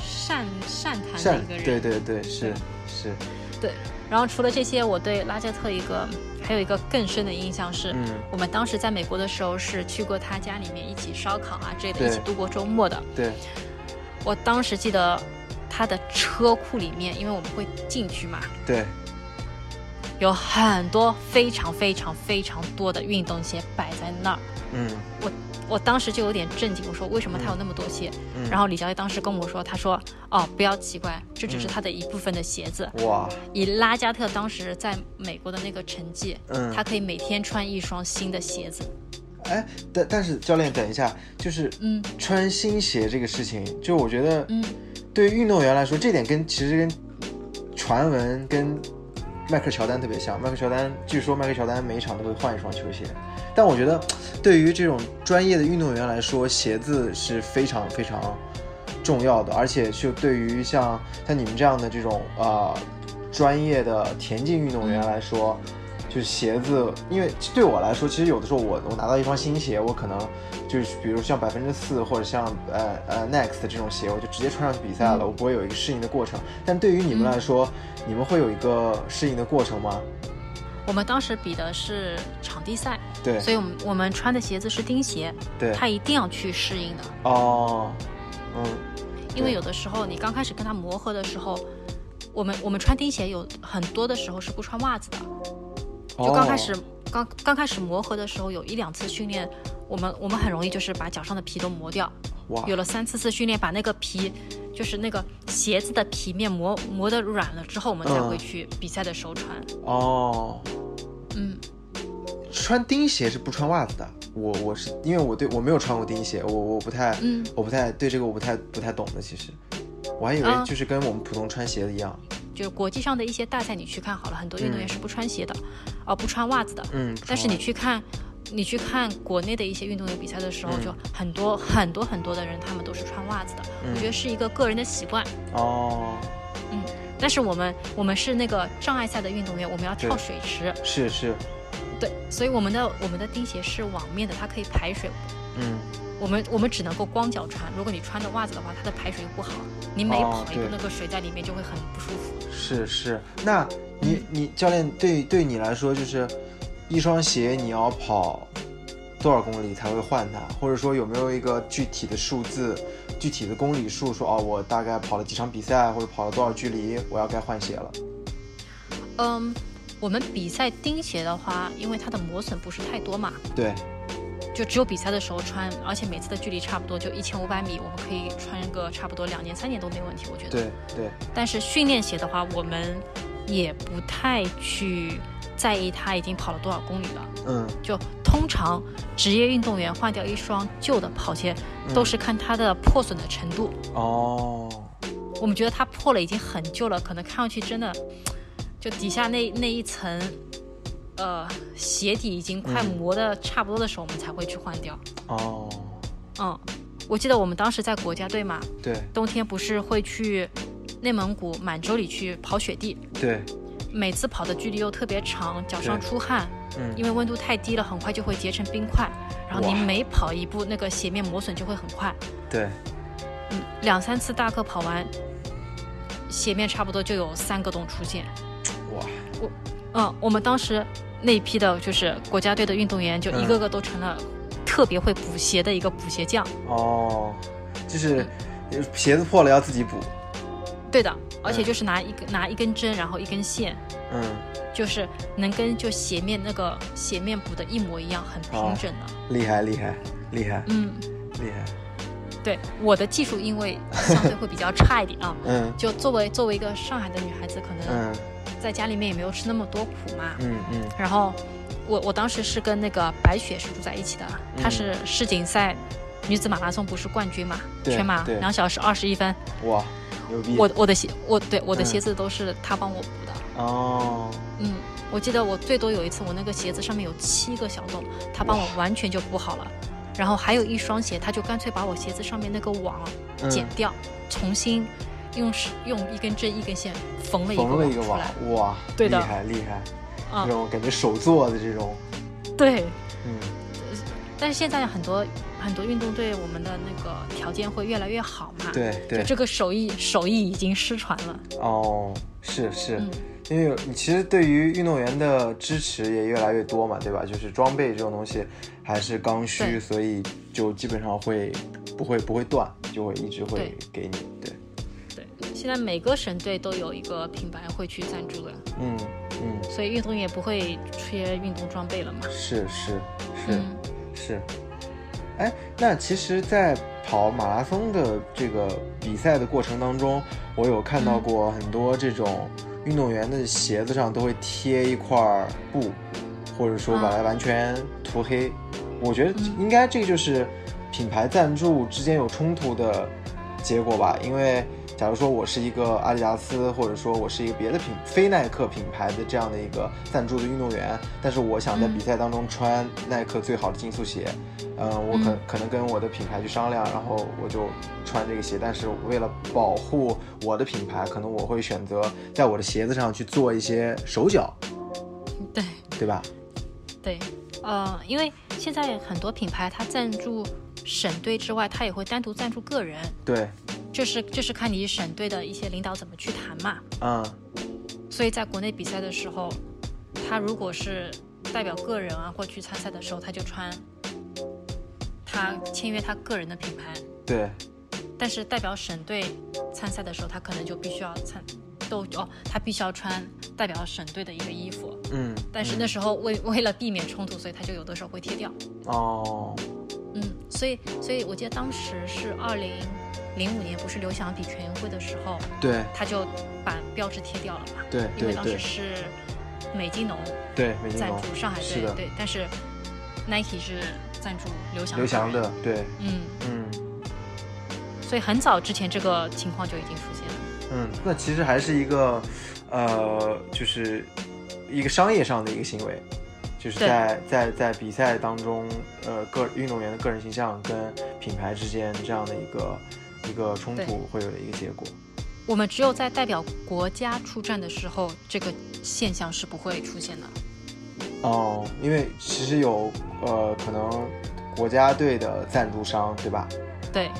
Speaker 2: 善善谈的
Speaker 1: 善
Speaker 2: 一个，人。
Speaker 1: 对对对是是，
Speaker 2: 对然后除了这些，我对拉杰特一个还有一个更深的印象是。
Speaker 1: 嗯
Speaker 2: 我们当时在美国的时候是去过他家里面一起烧烤啊之类的，
Speaker 1: 对
Speaker 2: 一起度过周末的。
Speaker 1: 对，
Speaker 2: 我当时记得他的车库里面，因为我们会进去嘛，
Speaker 1: 对
Speaker 2: 有很多非常非常非常多的运动鞋摆在那儿。
Speaker 1: 嗯
Speaker 2: 我当时就有点震惊，我说为什么他有那么多鞋？
Speaker 1: 嗯，
Speaker 2: 然后李教练当时跟我说，他说哦不要奇怪，这只是
Speaker 1: 嗯
Speaker 2: 他的一部分的鞋子。
Speaker 1: 哇
Speaker 2: 以拉加特当时在美国的那个成绩，
Speaker 1: 嗯
Speaker 2: 他可以每天穿一双新的鞋子。
Speaker 1: 哎，但但是教练等一下，就是
Speaker 2: 嗯
Speaker 1: 穿新鞋这个事情，就我觉得
Speaker 2: 嗯，
Speaker 1: 对于运动员来说，这点跟其实跟传闻跟迈克尔乔丹特别像。迈克尔乔丹据说迈克尔乔丹每一场都会换一双球鞋，但我觉得对于这种专业的运动员来说，鞋子是非常非常重要的，而且就对于像
Speaker 2: 嗯
Speaker 1: 像你们这样的这种呃专业的田径运动员来说，就是鞋子，因为对我来说，其实有的时候我我拿到一双新鞋，我可能就是比如像百分之四或者像呃呃 Next 这种鞋，我就直接穿上去比赛了，
Speaker 2: 嗯
Speaker 1: 我不会有一个适应的过程。但对于你们来说，你们会有一个适应的过程吗？
Speaker 2: 我们当时比的是场地赛，
Speaker 1: 对
Speaker 2: 所以我们我们穿的鞋子是钉鞋，
Speaker 1: 对
Speaker 2: 他一定要去适应的，
Speaker 1: 哦，嗯，
Speaker 2: 因为
Speaker 1: 对
Speaker 2: 有的时候你刚开始跟他磨合的时候，我们我们穿钉鞋有很多的时候是不穿袜子的，就刚开始、
Speaker 1: 哦
Speaker 2: 刚刚开始磨合的时候，有一两次训练，我们我们很容易就是把脚上的皮都磨掉，
Speaker 1: 哇，
Speaker 2: 有了三四次训练，把那个皮，就是那个鞋子的皮面磨磨的软了之后，我们才
Speaker 1: 嗯
Speaker 2: 会去比赛的时候穿。
Speaker 1: 哦，
Speaker 2: 嗯，
Speaker 1: 穿钉鞋是不穿袜子的。我我是因为我对我没有穿过钉鞋，我我不太，
Speaker 2: 嗯
Speaker 1: 我不太对这个我不太不太懂的。其实，我还以为
Speaker 2: 啊
Speaker 1: 就是跟我们普通穿鞋的一样，
Speaker 2: 就是国际上的一些大赛，你去看好了，很多运动员
Speaker 1: 嗯
Speaker 2: 是不穿鞋的，啊、不穿袜子的。
Speaker 1: 嗯，不穿
Speaker 2: 但是
Speaker 1: 袜
Speaker 2: 你去看，你去看国内的一些运动员比赛的时候，
Speaker 1: 嗯
Speaker 2: 就很多很多很多的人，他们都是穿袜子的。
Speaker 1: 嗯
Speaker 2: 我觉得是一个个人的习惯。
Speaker 1: 子哦，
Speaker 2: 嗯，但是我们我们是那个障碍赛的运动员，我们要跳
Speaker 1: 对
Speaker 2: 水池，
Speaker 1: 是是，
Speaker 2: 对，所以我们的我们的钉鞋是网面的，它可以排水，
Speaker 1: 嗯，
Speaker 2: 我们我们只能够光脚穿，如果你穿的袜子的话，它的排水又不好，你每
Speaker 1: 哦
Speaker 2: 跑一步
Speaker 1: 对，
Speaker 2: 那个水在里面就会很不舒服。
Speaker 1: 是是。那你你教练对对你来说就是一双鞋你要跑多少公里才会换它，或者说有没有一个具体的数字、具体的公里数说哦，我大概跑了几场比赛或者跑了多少距离，我要该换鞋了。
Speaker 2: 嗯，我们比赛钉鞋的话，因为它的磨损不是太多嘛，
Speaker 1: 对，
Speaker 2: 就只有比赛的时候穿，而且每次的距离差不多就一千五百米，我们可以穿个差不多两年三年都没问题，我觉得。
Speaker 1: 对对，
Speaker 2: 但是训练鞋的话，我们也不太去在意它已经跑了多少公里了。
Speaker 1: 嗯，
Speaker 2: 就通常职业运动员换掉一双旧的跑鞋，
Speaker 1: 嗯
Speaker 2: 都是看它的破损的程度。
Speaker 1: 哦，
Speaker 2: 我们觉得它破了已经很旧了，可能看上去真的，就底下那那一层，呃，鞋底已经快
Speaker 1: 嗯
Speaker 2: 磨的差不多的时候，我们才会去换掉。
Speaker 1: 哦，
Speaker 2: 嗯，我记得我们当时在国家队嘛，
Speaker 1: 对
Speaker 2: 冬天不是会去内蒙古满洲里去跑雪地，
Speaker 1: 对，
Speaker 2: 每次跑的距离又特别长，脚上
Speaker 1: 对
Speaker 2: 出汗，
Speaker 1: 嗯，
Speaker 2: 因为温度太低了，很快就会结成冰块，然后你
Speaker 1: 哇
Speaker 2: 每跑一步，那个鞋面磨损就会很快。
Speaker 1: 对，
Speaker 2: 嗯，两三次大课跑完，鞋面差不多就有三个洞出现。
Speaker 1: 哇，
Speaker 2: 嗯，我们当时那一批的就是国家队的运动员，
Speaker 1: 嗯
Speaker 2: 就一个个都成了特别会补鞋的一个补鞋匠。
Speaker 1: 哦，就是呃鞋子破了要自己补，
Speaker 2: 对的，而且就是拿一根、拿一根针，然后一根线，
Speaker 1: 嗯，
Speaker 2: 就是能跟就鞋面那个鞋面补的一模一样，很
Speaker 1: 哦
Speaker 2: 平整的。
Speaker 1: 厉害厉害厉害
Speaker 2: 嗯，
Speaker 1: 厉害，
Speaker 2: 对，我的技术因为相对会比较差一点啊。
Speaker 1: 嗯
Speaker 2: 就作为作为一个上海的女孩子，可能
Speaker 1: 嗯
Speaker 2: 在家里面也没有吃那么多苦嘛。
Speaker 1: 嗯嗯，
Speaker 2: 然后我我当时是跟那个白雪是住在一起的，她
Speaker 1: 嗯
Speaker 2: 是世锦赛女子马拉松不是冠军嘛，
Speaker 1: 对
Speaker 2: 全马
Speaker 1: 对
Speaker 2: 两小时二十一分，
Speaker 1: 哇，牛逼，
Speaker 2: 我我的鞋我对我的
Speaker 1: 嗯
Speaker 2: 鞋子都是她帮我补的，
Speaker 1: 哦，
Speaker 2: 嗯。我记得我最多有一次，我那个鞋子上面有七个小洞，她帮我完全就补好了。然后还有一双鞋，她就干脆把我鞋子上面那个网
Speaker 1: 嗯
Speaker 2: 剪掉，重新用是用一根针一根线缝了一个
Speaker 1: 缝了一个
Speaker 2: 出
Speaker 1: 网
Speaker 2: 来。，
Speaker 1: 哇，
Speaker 2: 对
Speaker 1: 厉
Speaker 2: 的
Speaker 1: 害厉害，
Speaker 2: 啊
Speaker 1: 这种感觉手做的这种，
Speaker 2: 对，
Speaker 1: 嗯
Speaker 2: 但是现在很多很多运动对我们的那个条件会越来越好嘛。
Speaker 1: 对对
Speaker 2: 就这个手艺手艺已经失传了。
Speaker 1: 哦，是是。
Speaker 2: 嗯
Speaker 1: 因为有你其实对于运动员的支持也越来越多嘛，对吧？就是装备这种东西还是刚需，
Speaker 2: 对
Speaker 1: 所以就基本上会不会不会断，就会一直会
Speaker 2: 对
Speaker 1: 给你。对，
Speaker 2: 对，现在每个省队都有一个品牌会去赞助的，
Speaker 1: 嗯嗯，
Speaker 2: 所以运动员不会缺运动装备了嘛。
Speaker 1: 是是是、
Speaker 2: 嗯，
Speaker 1: 是。哎，那其实，在跑马拉松的这个比赛的过程当中，我有看到
Speaker 2: 嗯
Speaker 1: 过很多这种运动员的鞋子上都会贴一块儿布，或者说把它完全涂黑。我觉得
Speaker 2: 嗯
Speaker 1: 应该这个就是品牌赞助之间有冲突的结果吧，因为假如说我是一个阿迪达斯，或者说我是一个别的品非耐克品牌的这样的一个赞助的运动员，但是我想在
Speaker 2: 嗯
Speaker 1: 比赛当中穿耐克最好的竞速鞋，嗯、我可
Speaker 2: 嗯
Speaker 1: 可能跟我的品牌去商量，然后我就穿这个鞋，但是为了保护我的品牌，可能我会选择在我的鞋子上去做一些手脚，
Speaker 2: 对，
Speaker 1: 对吧？
Speaker 2: 对，呃，因为现在很多品牌它赞助省队之外，它也会单独赞助个人，
Speaker 1: 对，
Speaker 2: 这是这是看你省队的一些领导怎么去谈嘛。
Speaker 1: 嗯，
Speaker 2: 所以在国内比赛的时候，他如果是代表个人啊，或去参赛的时候，他就穿他签约他个人的品牌，
Speaker 1: 对，
Speaker 2: 但是代表省队参赛的时候，他可能就必须要参都哦，他必须要穿代表省队的一个衣服。
Speaker 1: 嗯。
Speaker 2: 但是
Speaker 1: 嗯
Speaker 2: 那时候为为了避免冲突，所以他就有的时候会贴掉。
Speaker 1: 哦，
Speaker 2: 嗯，所以所以我记得当时是二零零五年，不是刘翔比全运会的时候，
Speaker 1: 对
Speaker 2: 他就把标志贴掉了嘛。
Speaker 1: 对
Speaker 2: 因为
Speaker 1: 对
Speaker 2: 当时
Speaker 1: 对
Speaker 2: 是美津浓
Speaker 1: 对，美津
Speaker 2: 赞
Speaker 1: 浓
Speaker 2: 助上海
Speaker 1: 嗯哦是
Speaker 2: 队，
Speaker 1: 的，
Speaker 2: 对，但是 Nike 是赞助刘翔。
Speaker 1: 刘翔的，，对，
Speaker 2: 嗯，
Speaker 1: 嗯
Speaker 2: 所以很早之前这个情况就已经出现了。
Speaker 1: 嗯，那其实还是一个，呃，就是一个商业上的一个行为，就是
Speaker 2: 对
Speaker 1: 在在在比赛当中，呃，个运动员的个人形象跟品牌之间这样的一个一个冲
Speaker 2: 对
Speaker 1: 突会有的一个结果。
Speaker 2: 我们只有在代表国家出战的时候，这个现象是不会出现的。
Speaker 1: 哦，因为其实有呃，可能国家队的赞助商对吧？
Speaker 2: 对，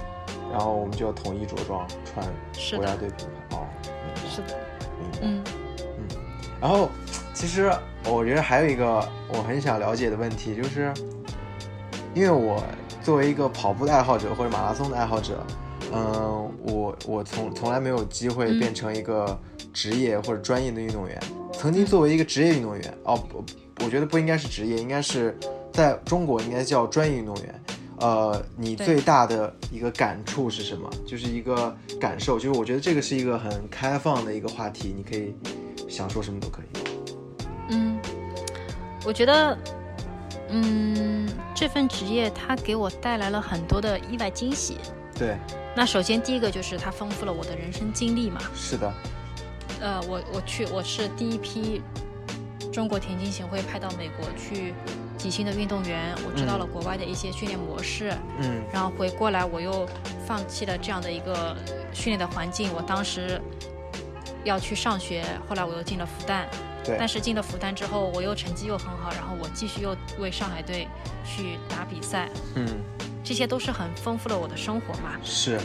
Speaker 1: 然后我们就要统一着装穿
Speaker 2: 是
Speaker 1: 国家
Speaker 2: 的，
Speaker 1: 队品牌。哦，明白
Speaker 2: 是的，
Speaker 1: 明白。
Speaker 2: 嗯，
Speaker 1: 然后，其实哦我觉得还有一个我很想了解的问题，就是因为我作为一个跑步的爱好者或者马拉松的爱好者，嗯、我我从从来没有机会
Speaker 2: 嗯
Speaker 1: 变成一个职业或者专业的运动员。曾经作为一个职业运动员，哦，不我觉得不应该是职业，应该是在中国应该叫专业运动员。呃，你
Speaker 2: 对
Speaker 1: 最大的一个感触是什么？就是一个感受，就是我觉得这个是一个很开放的一个话题，你可以想说什么都可以。
Speaker 2: 嗯，我觉得，嗯，这份职业它给我带来了很多的意外惊喜。
Speaker 1: 对，
Speaker 2: 那首先第一个就是它丰富了我的人生经历嘛。
Speaker 1: 是的，
Speaker 2: 呃，我我去我是第一批中国田径协会派到美国去集训的运动员，我知道了国外的一些训练模式，
Speaker 1: 嗯
Speaker 2: 然后回过来我又放弃了这样的一个训练的环境。我当时要去上学，后来我又进了复旦，
Speaker 1: 对
Speaker 2: 但是进了复旦之后，我又成绩又很好，然后我继续又为上海队去打比赛，
Speaker 1: 嗯，
Speaker 2: 这些都是很丰富了我的生活嘛。
Speaker 1: 是，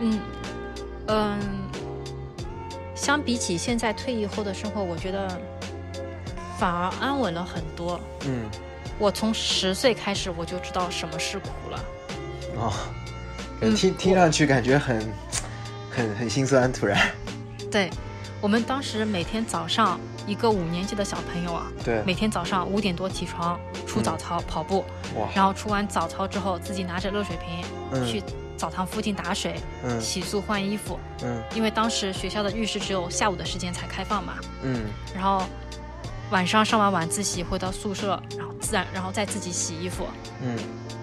Speaker 2: 嗯，嗯，相比起现在退役后的生活，我觉得反而安稳了很多。
Speaker 1: 嗯，
Speaker 2: 我从十岁开始我就知道什么是苦了，
Speaker 1: 哦，
Speaker 2: 嗯
Speaker 1: 听听上去感觉很很很心酸，突然，
Speaker 2: 对。我们当时每天早上，一个五年级的小朋友啊，
Speaker 1: 对，
Speaker 2: 每天早上五点多起床，
Speaker 1: 嗯
Speaker 2: 出早操跑步，
Speaker 1: 哇，
Speaker 2: 然后出完早操之后，自己拿着热水瓶、
Speaker 1: 嗯
Speaker 2: 去澡堂附近打水、
Speaker 1: 嗯
Speaker 2: 洗漱、换衣服，
Speaker 1: 嗯
Speaker 2: 因为当时学校的浴室只有下午的时间才开放嘛。
Speaker 1: 嗯，
Speaker 2: 然后晚上上完晚自习回到宿舍，然后自然然后再自己洗衣服。
Speaker 1: 嗯，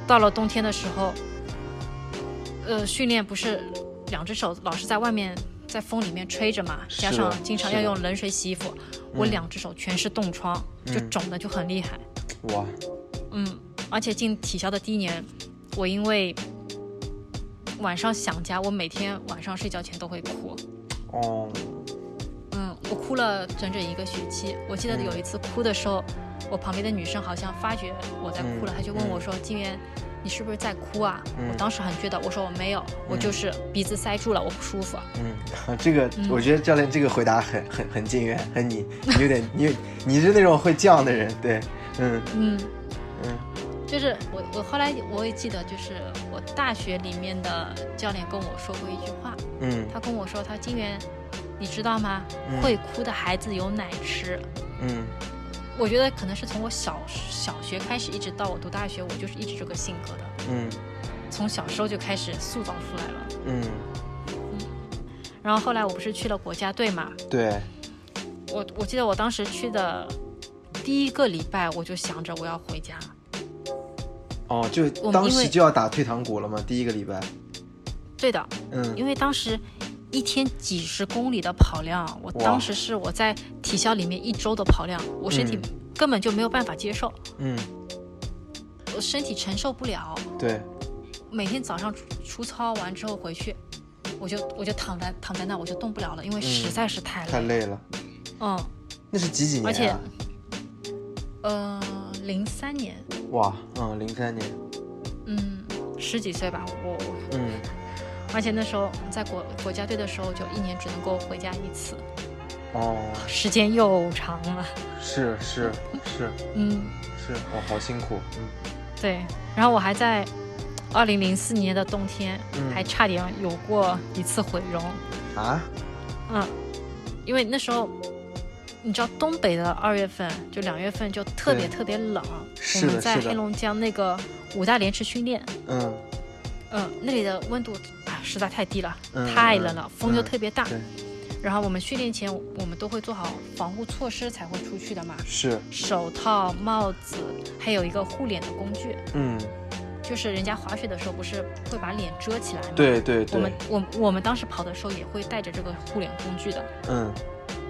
Speaker 2: 到了冬天的时候，呃，训练不是两只手老是在外面在风里面吹着嘛，
Speaker 1: 是
Speaker 2: 加
Speaker 1: 的
Speaker 2: 上经常
Speaker 1: 是
Speaker 2: 要
Speaker 1: 的
Speaker 2: 用冷水洗衣服，我两只手全是冻疮，就
Speaker 1: 嗯
Speaker 2: 肿的就很厉害。
Speaker 1: 哇，
Speaker 2: 嗯，而且进体校的第一年，我因为晚上想家，我每天晚上睡觉前都会哭。
Speaker 1: 哦，
Speaker 2: 嗯，我哭了整整一个学期。我记得
Speaker 1: 嗯
Speaker 2: 有一次哭的时候，我旁边的女生好像发觉我在哭了，
Speaker 1: 嗯
Speaker 2: 她就问我说：“金源，你是不是在哭啊？”
Speaker 1: 嗯
Speaker 2: 我当时很倔的，我说我没有，我就是鼻子塞住了，我不舒服。啊
Speaker 1: 嗯，这个
Speaker 2: 嗯
Speaker 1: 我觉得教练这个回答很很很近远，很你，你有点你你是那种会犟的人，对，嗯
Speaker 2: 嗯，
Speaker 1: 嗯
Speaker 2: 就是我我后来我也记得，就是我大学里面的教练跟我说过一句话，
Speaker 1: 嗯
Speaker 2: 他跟我说：“他金源，你知道吗？
Speaker 1: 嗯
Speaker 2: 会哭的孩子有奶吃。”
Speaker 1: 嗯，
Speaker 2: 我觉得可能是从我小小学开始，一直到我读大学，我就是一直这个性格的。
Speaker 1: 嗯
Speaker 2: 从小时候就开始塑造出来了。
Speaker 1: 嗯，
Speaker 2: 然后后来我不是去了国家队嘛，
Speaker 1: 对，
Speaker 2: 我我记得我当时去的第一个礼拜，我就想着我要回家。
Speaker 1: 哦，就
Speaker 2: 我们
Speaker 1: 当
Speaker 2: 因为
Speaker 1: 时就要打退堂鼓了嘛，第一个礼拜，
Speaker 2: 对的，
Speaker 1: 嗯
Speaker 2: 因为当时一天几十公里的跑量，我
Speaker 1: 哇
Speaker 2: 当时是我在体校里面一周的跑量，我身体根本就没有办法接受，
Speaker 1: 嗯，
Speaker 2: 我身体承受不了。
Speaker 1: 对，
Speaker 2: 每天早上出出操完之后回去，我就我就躺在躺在那，我就动不了了，因为实在是太
Speaker 1: 太
Speaker 2: 累
Speaker 1: 累
Speaker 2: 了。
Speaker 1: 了。
Speaker 2: 嗯，
Speaker 1: 那是几几年、啊？
Speaker 2: 而且呃，零三年，
Speaker 1: 哇，嗯，零三年，
Speaker 2: 嗯，十几岁吧，我我，
Speaker 1: 嗯，
Speaker 2: 而且那时候在国国家队的时候，就一年只能够回家一次，
Speaker 1: 哦，
Speaker 2: 时间又长了，
Speaker 1: 是是是
Speaker 2: 嗯，
Speaker 1: 是，哦，好辛苦，嗯，
Speaker 2: 对。然后我还在二零零四年的冬天，
Speaker 1: 嗯
Speaker 2: 还差点有过一次毁容，
Speaker 1: 啊，
Speaker 2: 嗯，因为那时候。你知道东北的二月份就两月份就特
Speaker 1: 对
Speaker 2: 别特别冷，我
Speaker 1: 是的
Speaker 2: 们在
Speaker 1: 是的
Speaker 2: 黑龙江那个五大连池训练，
Speaker 1: 嗯，
Speaker 2: 嗯，那里的温度啊实在太低了，
Speaker 1: 嗯
Speaker 2: 太冷了，
Speaker 1: 嗯
Speaker 2: 风又
Speaker 1: 嗯
Speaker 2: 特别大。
Speaker 1: 对，
Speaker 2: 然后我们训练前，我们都会做好防护措施才会出去的嘛，
Speaker 1: 是，
Speaker 2: 手套、帽子，还有一个护脸的工具，
Speaker 1: 嗯，
Speaker 2: 就是人家滑雪的时候不是会把脸遮起来吗？，
Speaker 1: 对对
Speaker 2: 我们
Speaker 1: 对，
Speaker 2: 我我们当时跑的时候也会带着这个护脸工具的，
Speaker 1: 嗯，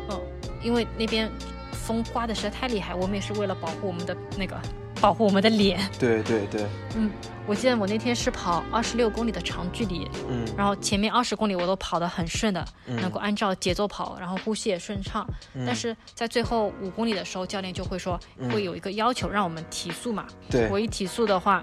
Speaker 2: 嗯，因为那边风刮的实在太厉害，我们也是为了保护我们的那个保护我们的脸。
Speaker 1: 对对对，
Speaker 2: 嗯，我记得我那天是跑二十六公里的长距离，
Speaker 1: 嗯
Speaker 2: 然后前面二十公里我都跑得很顺的，能够按照节奏跑，然后呼吸也顺畅。
Speaker 1: 嗯
Speaker 2: 但是在最后五公里的时候，教练就会说会有一个要求让我们提速嘛。
Speaker 1: 对
Speaker 2: 我，一提速的话，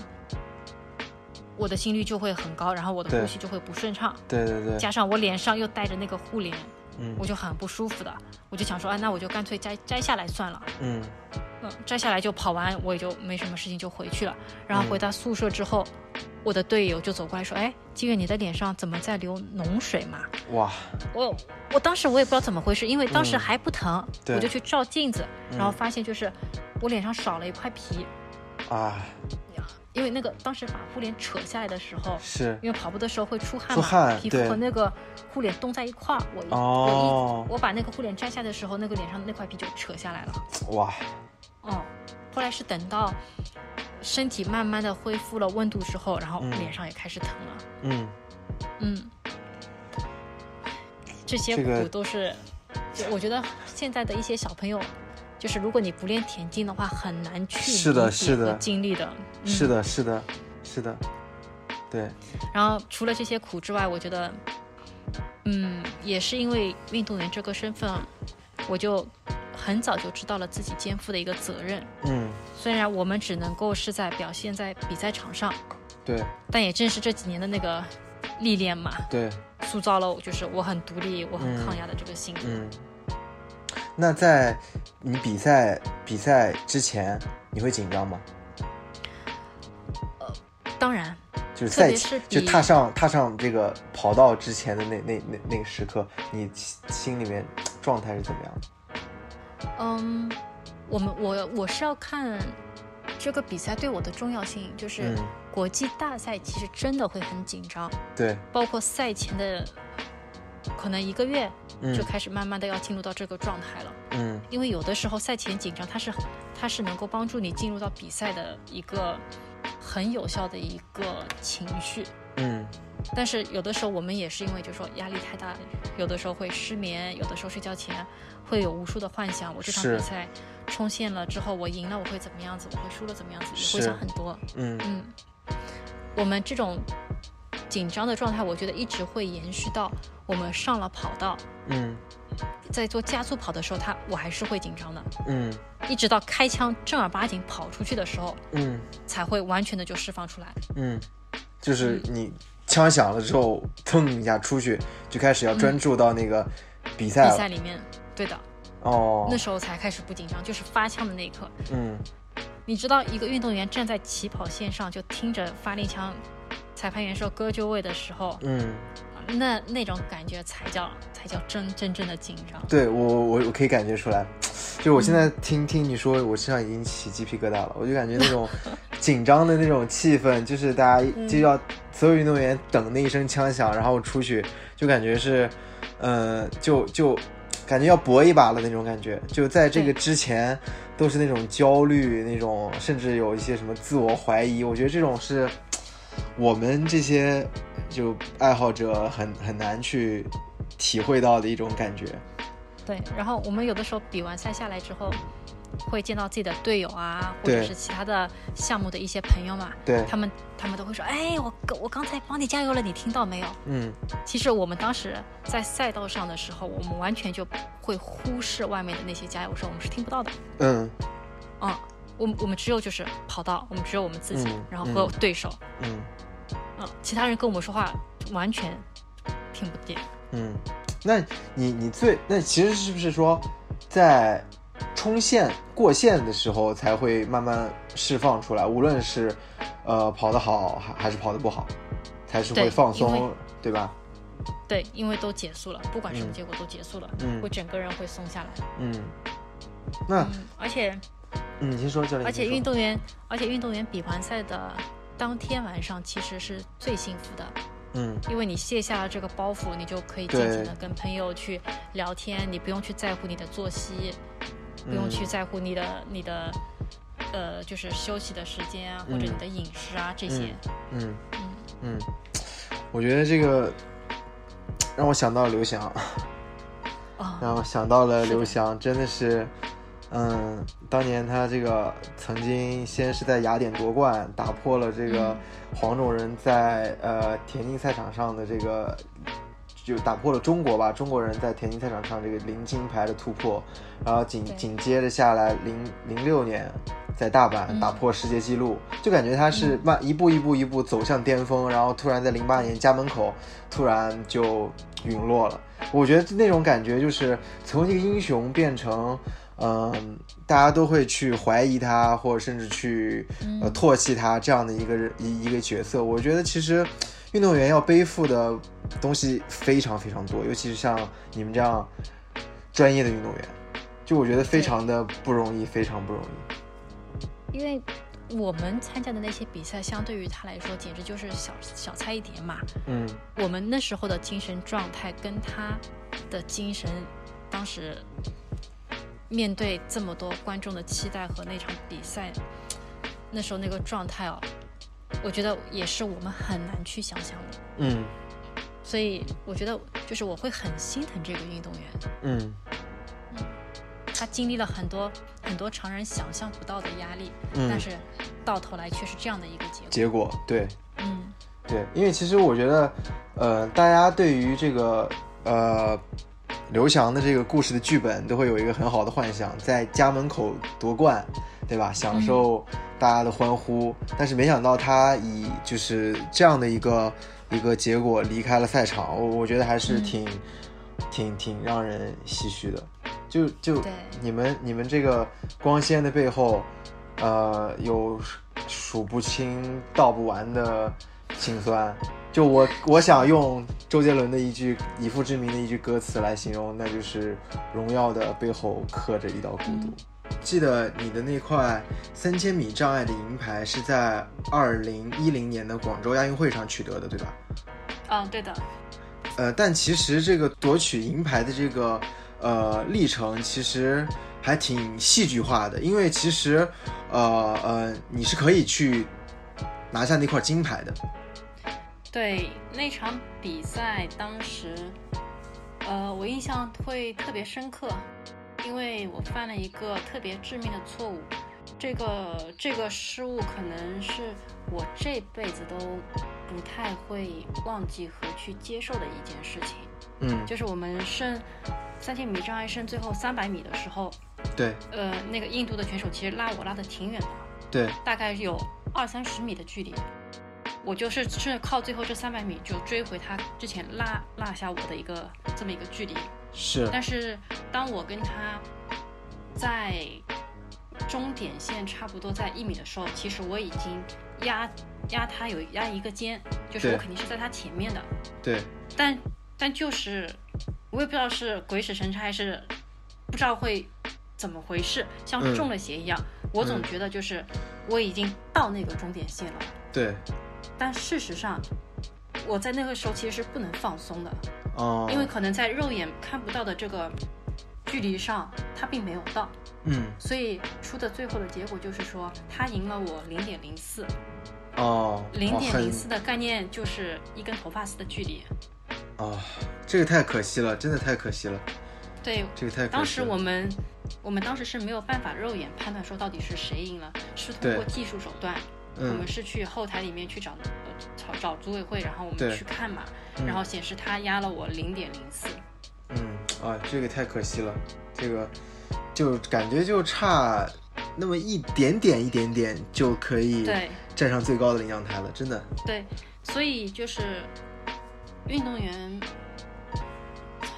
Speaker 2: 我的心率就会很高，然后我的
Speaker 1: 对
Speaker 2: 呼吸就会不顺畅，
Speaker 1: 对对对，
Speaker 2: 加上我脸上又带着那个护脸，
Speaker 1: 嗯
Speaker 2: 我就很不舒服的。我就想说，啊，那我就干脆摘摘下来算了。
Speaker 1: 嗯
Speaker 2: 嗯，摘下来就跑完，我也就没什么事情就回去了。然后回
Speaker 1: 嗯
Speaker 2: 到宿舍之后，我的队友就走过来说：“哎，金月，你的脸上怎么在流脓水嘛
Speaker 1: 哇，？”
Speaker 2: 我我当时我也不知道怎么回事，因为当时
Speaker 1: 嗯
Speaker 2: 还不疼，
Speaker 1: 对
Speaker 2: 我就去照镜子，然后
Speaker 1: 嗯
Speaker 2: 发现就是我脸上少了一块皮，
Speaker 1: 啊，
Speaker 2: 因为那个当时把护脸扯下来的时候。
Speaker 1: 是，
Speaker 2: 因为跑步的时候会出汗
Speaker 1: 出
Speaker 2: 嘛，
Speaker 1: 汗
Speaker 2: 皮肤
Speaker 1: 对
Speaker 2: 和那个护脸冻在一块儿。我一、
Speaker 1: 哦
Speaker 2: 我一我把那个护脸摘下的时候，那个脸上的那块皮就扯下来了。
Speaker 1: 哇，
Speaker 2: 哦，后来是等到身体慢慢的恢复了温度之后，然后
Speaker 1: 嗯
Speaker 2: 脸上也开始疼了。
Speaker 1: 嗯，
Speaker 2: 嗯，这些
Speaker 1: 这个
Speaker 2: 苦都是，就我觉得现在的一些小朋友，就是如果你不练田径的话，很难去
Speaker 1: 是的
Speaker 2: 理解
Speaker 1: 是
Speaker 2: 和
Speaker 1: 的
Speaker 2: 经历的。嗯、
Speaker 1: 是。的，是的，是的，对，
Speaker 2: 然后除了这些苦之外，我觉得，嗯，也是因为运动员这个身份，我就很早就知道了自己肩负的一个责任。
Speaker 1: 嗯，
Speaker 2: 虽然我们只能够是在表现在比赛场上，
Speaker 1: 对
Speaker 2: 但也正是这几年的那个历练嘛，
Speaker 1: 对，
Speaker 2: 塑造了我就是我很独立、我很
Speaker 1: 嗯
Speaker 2: 抗压的这个性格。
Speaker 1: 嗯。那在你比赛比赛之前，你会紧张吗？
Speaker 2: 当然，
Speaker 1: 就是
Speaker 2: 特
Speaker 1: 赛
Speaker 2: 别
Speaker 1: 前
Speaker 2: 是
Speaker 1: 就
Speaker 2: 比
Speaker 1: 踏上踏上这个跑道之前的那那那那个时刻，你心心里面状态是怎么样的？
Speaker 2: 嗯，我们我我是要看这个比赛对我的重要性，就是
Speaker 1: 嗯
Speaker 2: 国际大赛其实真的会很紧张，
Speaker 1: 对，
Speaker 2: 包括赛前的可能一个月就
Speaker 1: 嗯
Speaker 2: 开始慢慢的要进入到这个状态了。
Speaker 1: 嗯
Speaker 2: 因为有的时候赛前紧张，它是它是能够帮助你进入到比赛的一个很有效的一个情绪。
Speaker 1: 嗯
Speaker 2: 但是有的时候我们也是因为就说压力太大，有的时候会失眠，有的时候睡觉前会有无数的幻想。我这场
Speaker 1: 是
Speaker 2: 比赛冲线了之后，我赢了我会怎么样子？我会输了怎么样子？也
Speaker 1: 是
Speaker 2: 会想很多。
Speaker 1: 嗯
Speaker 2: 嗯，我们这种紧张的状态，我觉得一直会延续到我们上了跑道，
Speaker 1: 嗯
Speaker 2: 在做加速跑的时候，它我还是会紧张的。
Speaker 1: 嗯
Speaker 2: 一直到开枪正儿八经跑出去的时候，
Speaker 1: 嗯
Speaker 2: 才会完全的就释放出来。
Speaker 1: 嗯，就是
Speaker 2: 嗯
Speaker 1: 你枪响了之后，腾一下出去，就开始要专注到那个比赛
Speaker 2: 嗯比
Speaker 1: 了。
Speaker 2: 赛里面，对的，
Speaker 1: 哦，
Speaker 2: 那时候才开始不紧张，就是发枪的那一刻。
Speaker 1: 嗯
Speaker 2: 你知道，一个运动员站在起跑线上，就听着发令枪，裁判员说 “go your way” 的时候，
Speaker 1: 嗯，
Speaker 2: 那那种感觉才叫才叫真真正的紧张。
Speaker 1: 对我我我可以感觉出来，就我现在听听你说，我身上已经起鸡皮疙瘩了，我就感觉那种紧张的那种气氛，就是大家就要所有运动员等那一声枪响，然后出去，就感觉是，呃，就就感觉要搏一把了那种感觉，就在这个
Speaker 2: 对
Speaker 1: 之前都是那种焦虑，那种甚至有一些什么自我怀疑，我觉得这种是。我们这些就爱好者很很难去体会到的一种感觉，
Speaker 2: 对，然后我们有的时候比完赛下来之后，会见到自己的队友啊，或者
Speaker 1: 对
Speaker 2: 是其他的项目的一些朋友嘛，
Speaker 1: 对
Speaker 2: 他们他们都会说：“哎，我我刚才帮你加油了，你听到没有？”
Speaker 1: 嗯，
Speaker 2: 其实我们当时在赛道上的时候，我们完全就会忽视外面的那些加油声，我们是听不到的。
Speaker 1: 嗯，
Speaker 2: 嗯，我们我们只有就是跑道，我们只有我们自己，
Speaker 1: 嗯
Speaker 2: 然后和
Speaker 1: 嗯
Speaker 2: 对手，
Speaker 1: 嗯
Speaker 2: 嗯，其他人跟我们说话完全听不见。
Speaker 1: 嗯，那你你最那其实是不是说，在冲线过线的时候才会慢慢释放出来，无论是呃跑得好还还是跑得不好，才是会
Speaker 2: 对
Speaker 1: 放
Speaker 2: 因
Speaker 1: 松
Speaker 2: 为，
Speaker 1: 对吧？
Speaker 2: 对，因为都结束了，不管什么
Speaker 1: 嗯
Speaker 2: 结果都结束了，
Speaker 1: 嗯
Speaker 2: 我整个人会松下来。
Speaker 1: 嗯，那
Speaker 2: 嗯，而且
Speaker 1: 嗯你先说教练，
Speaker 2: 而且
Speaker 1: 你先说
Speaker 2: 运动员，而且运动员比完赛的当天晚上其实是最幸福的，
Speaker 1: 嗯
Speaker 2: 因为你卸下了这个包袱，你就可以尽
Speaker 1: 对
Speaker 2: 情的跟朋友去聊天，你不用去在乎你的作息，不用去
Speaker 1: 嗯
Speaker 2: 在乎你的你的呃，就是休息的时间啊，或者
Speaker 1: 嗯
Speaker 2: 你的饮食啊这些。
Speaker 1: 嗯
Speaker 2: 嗯
Speaker 1: 嗯，我觉得这个让我想到了刘翔。
Speaker 2: 啊、
Speaker 1: 让我想到了
Speaker 2: 是的
Speaker 1: 刘翔，真的是，嗯，当年他这个曾经先是在雅典夺冠，打破了这个
Speaker 2: 嗯
Speaker 1: 黄种人在呃田径赛场上的这个，就打破了中国吧，中国人在田径赛场上这个零金牌的突破，然后紧
Speaker 2: 对
Speaker 1: 紧接着下来零零六年。在大阪
Speaker 2: 嗯
Speaker 1: 打破世界纪录，就感觉他是慢一步一步一步走向巅峰，然后突然在零八年家门口突然就陨落了。我觉得那种感觉就是从一个英雄变成，嗯、大家都会去怀疑他，或者甚至去呃
Speaker 2: 嗯
Speaker 1: 唾弃他这样的一个人一一个角色。我觉得其实运动员要背负的东西非常非常多，尤其是像你们这样专业的运动员，就我觉得非常的不容易，非常不容易。
Speaker 2: 因为我们参加的那些比赛，相对于他来说，简直就是小小菜一碟嘛。
Speaker 1: 嗯
Speaker 2: 我们那时候的精神状态跟他的精神，当时面对这么多观众的期待和那场比赛，那时候那个状态哦，我觉得也是我们很难去想象的。
Speaker 1: 嗯
Speaker 2: 所以我觉得，就是我会很心疼这个运动员，
Speaker 1: 嗯
Speaker 2: 他经历了很多很多常人想象不到的压力，但
Speaker 1: 嗯，
Speaker 2: 是到头来却是这样的一个结果。
Speaker 1: 结果对，
Speaker 2: 嗯，
Speaker 1: 对，因为其实我觉得，呃，大家对于这个呃刘翔的这个故事的剧本都会有一个很好的幻想，在家门口夺冠，对吧？
Speaker 2: 嗯
Speaker 1: 享受大家的欢呼，但是没想到他以就是这样的一个一个结果离开了赛场，我我觉得还是
Speaker 2: 嗯
Speaker 1: 挺、挺挺让人唏嘘的。就就
Speaker 2: 对
Speaker 1: 你们你们这个光鲜的背后，呃，有数数不清、道不完的辛酸。就我我想用周杰伦的一句以父之名的一句歌词来形容，那就是荣耀的背后刻着一道孤独。记得你的那块三千米障碍的银牌是在二零一零年的广州亚运会上取得的，对吧？
Speaker 2: 啊，对的，
Speaker 1: 呃，但其实这个夺取银牌的这个呃历程，其实还挺戏剧化的，因为其实呃呃你是可以去拿下那块金牌的，
Speaker 2: 对那场比赛，当时，呃，我印象会特别深刻，因为我犯了一个特别致命的错误。这个这个失误可能是我这辈子都不太会忘记和去接受的一件事情，
Speaker 1: 嗯，
Speaker 2: 就是我们剩三千米障碍剩最后三百米的时候，
Speaker 1: 对
Speaker 2: 呃，那个印度的选手其实拉我拉得挺远的，
Speaker 1: 对，
Speaker 2: 大概有二三十米的距离，我就是是靠最后这三百米就追回他之前落落下我的一个这么一个距离。
Speaker 1: 是，
Speaker 2: 但是当我跟他在终点线差不多在一米的时候，其实我已经压压他有压一个肩，就是
Speaker 1: 对
Speaker 2: 我肯定是在他前面的，
Speaker 1: 对，
Speaker 2: 但但就是我也不知道是鬼使神差还是不知道会怎么回事，像
Speaker 1: 嗯
Speaker 2: 中了邪一样。我总
Speaker 1: 嗯
Speaker 2: 觉得就是我已经到那个终点线了，
Speaker 1: 对，
Speaker 2: 但事实上。我在那个时候其实是不能放松的，
Speaker 1: 哦、
Speaker 2: 因为可能在肉眼看不到的这个距离上，他并没有到，
Speaker 1: 嗯，
Speaker 2: 所以出的最后的结果就是说他赢了我零点零四，
Speaker 1: 哦，
Speaker 2: 零
Speaker 1: 哦
Speaker 2: 点
Speaker 1: 很
Speaker 2: 零四的概念就是一根头发丝的距离。
Speaker 1: 哦，这个太可惜了，真的太可惜了，
Speaker 2: 对，
Speaker 1: 这个太可惜了。
Speaker 2: 当时我们我们当时是没有办法肉眼判断说到底是谁赢了，是通
Speaker 1: 对
Speaker 2: 过技术手段，我
Speaker 1: 嗯
Speaker 2: 们是去后台里面去找呃找找组委会，然后我
Speaker 1: 对
Speaker 2: 们去看嘛，
Speaker 1: 嗯
Speaker 2: 然后显示他压了我零点零四。
Speaker 1: 嗯啊，这个太可惜了，这个就感觉就差那么一点点一点点就可以
Speaker 2: 对
Speaker 1: 站上最高的领奖台了，真的。
Speaker 2: 对，所以就是运动员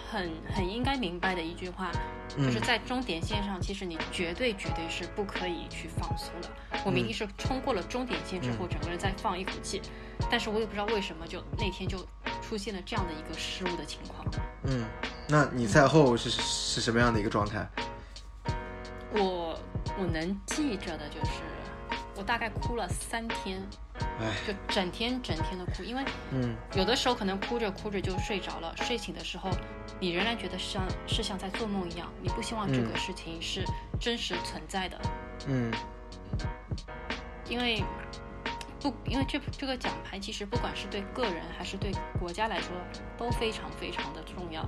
Speaker 2: 很很应该明白的一句话，就
Speaker 1: 嗯
Speaker 2: 是在终点线上，其实你绝对绝对是不可以去放松的。我明明是冲过了终点线之后，整个人再放一口气，但是我也不知道为什么就那天就出现了这样的一个失误的情况。
Speaker 1: 嗯，那你赛后是是什么样的一个状态？
Speaker 2: 我我能记着的就是，我大概哭了三天，
Speaker 1: 哎，
Speaker 2: 就整天整天的哭，因为
Speaker 1: 嗯
Speaker 2: 有的时候可能哭着哭着就睡着了，睡醒的时候，你仍然觉得像是像在做梦一样，你不希望这个
Speaker 1: 嗯
Speaker 2: 事情是真实存在的，
Speaker 1: 嗯
Speaker 2: 因为不，因为这这个奖牌其实不管是对个人还是对国家来说都非常非常的重要。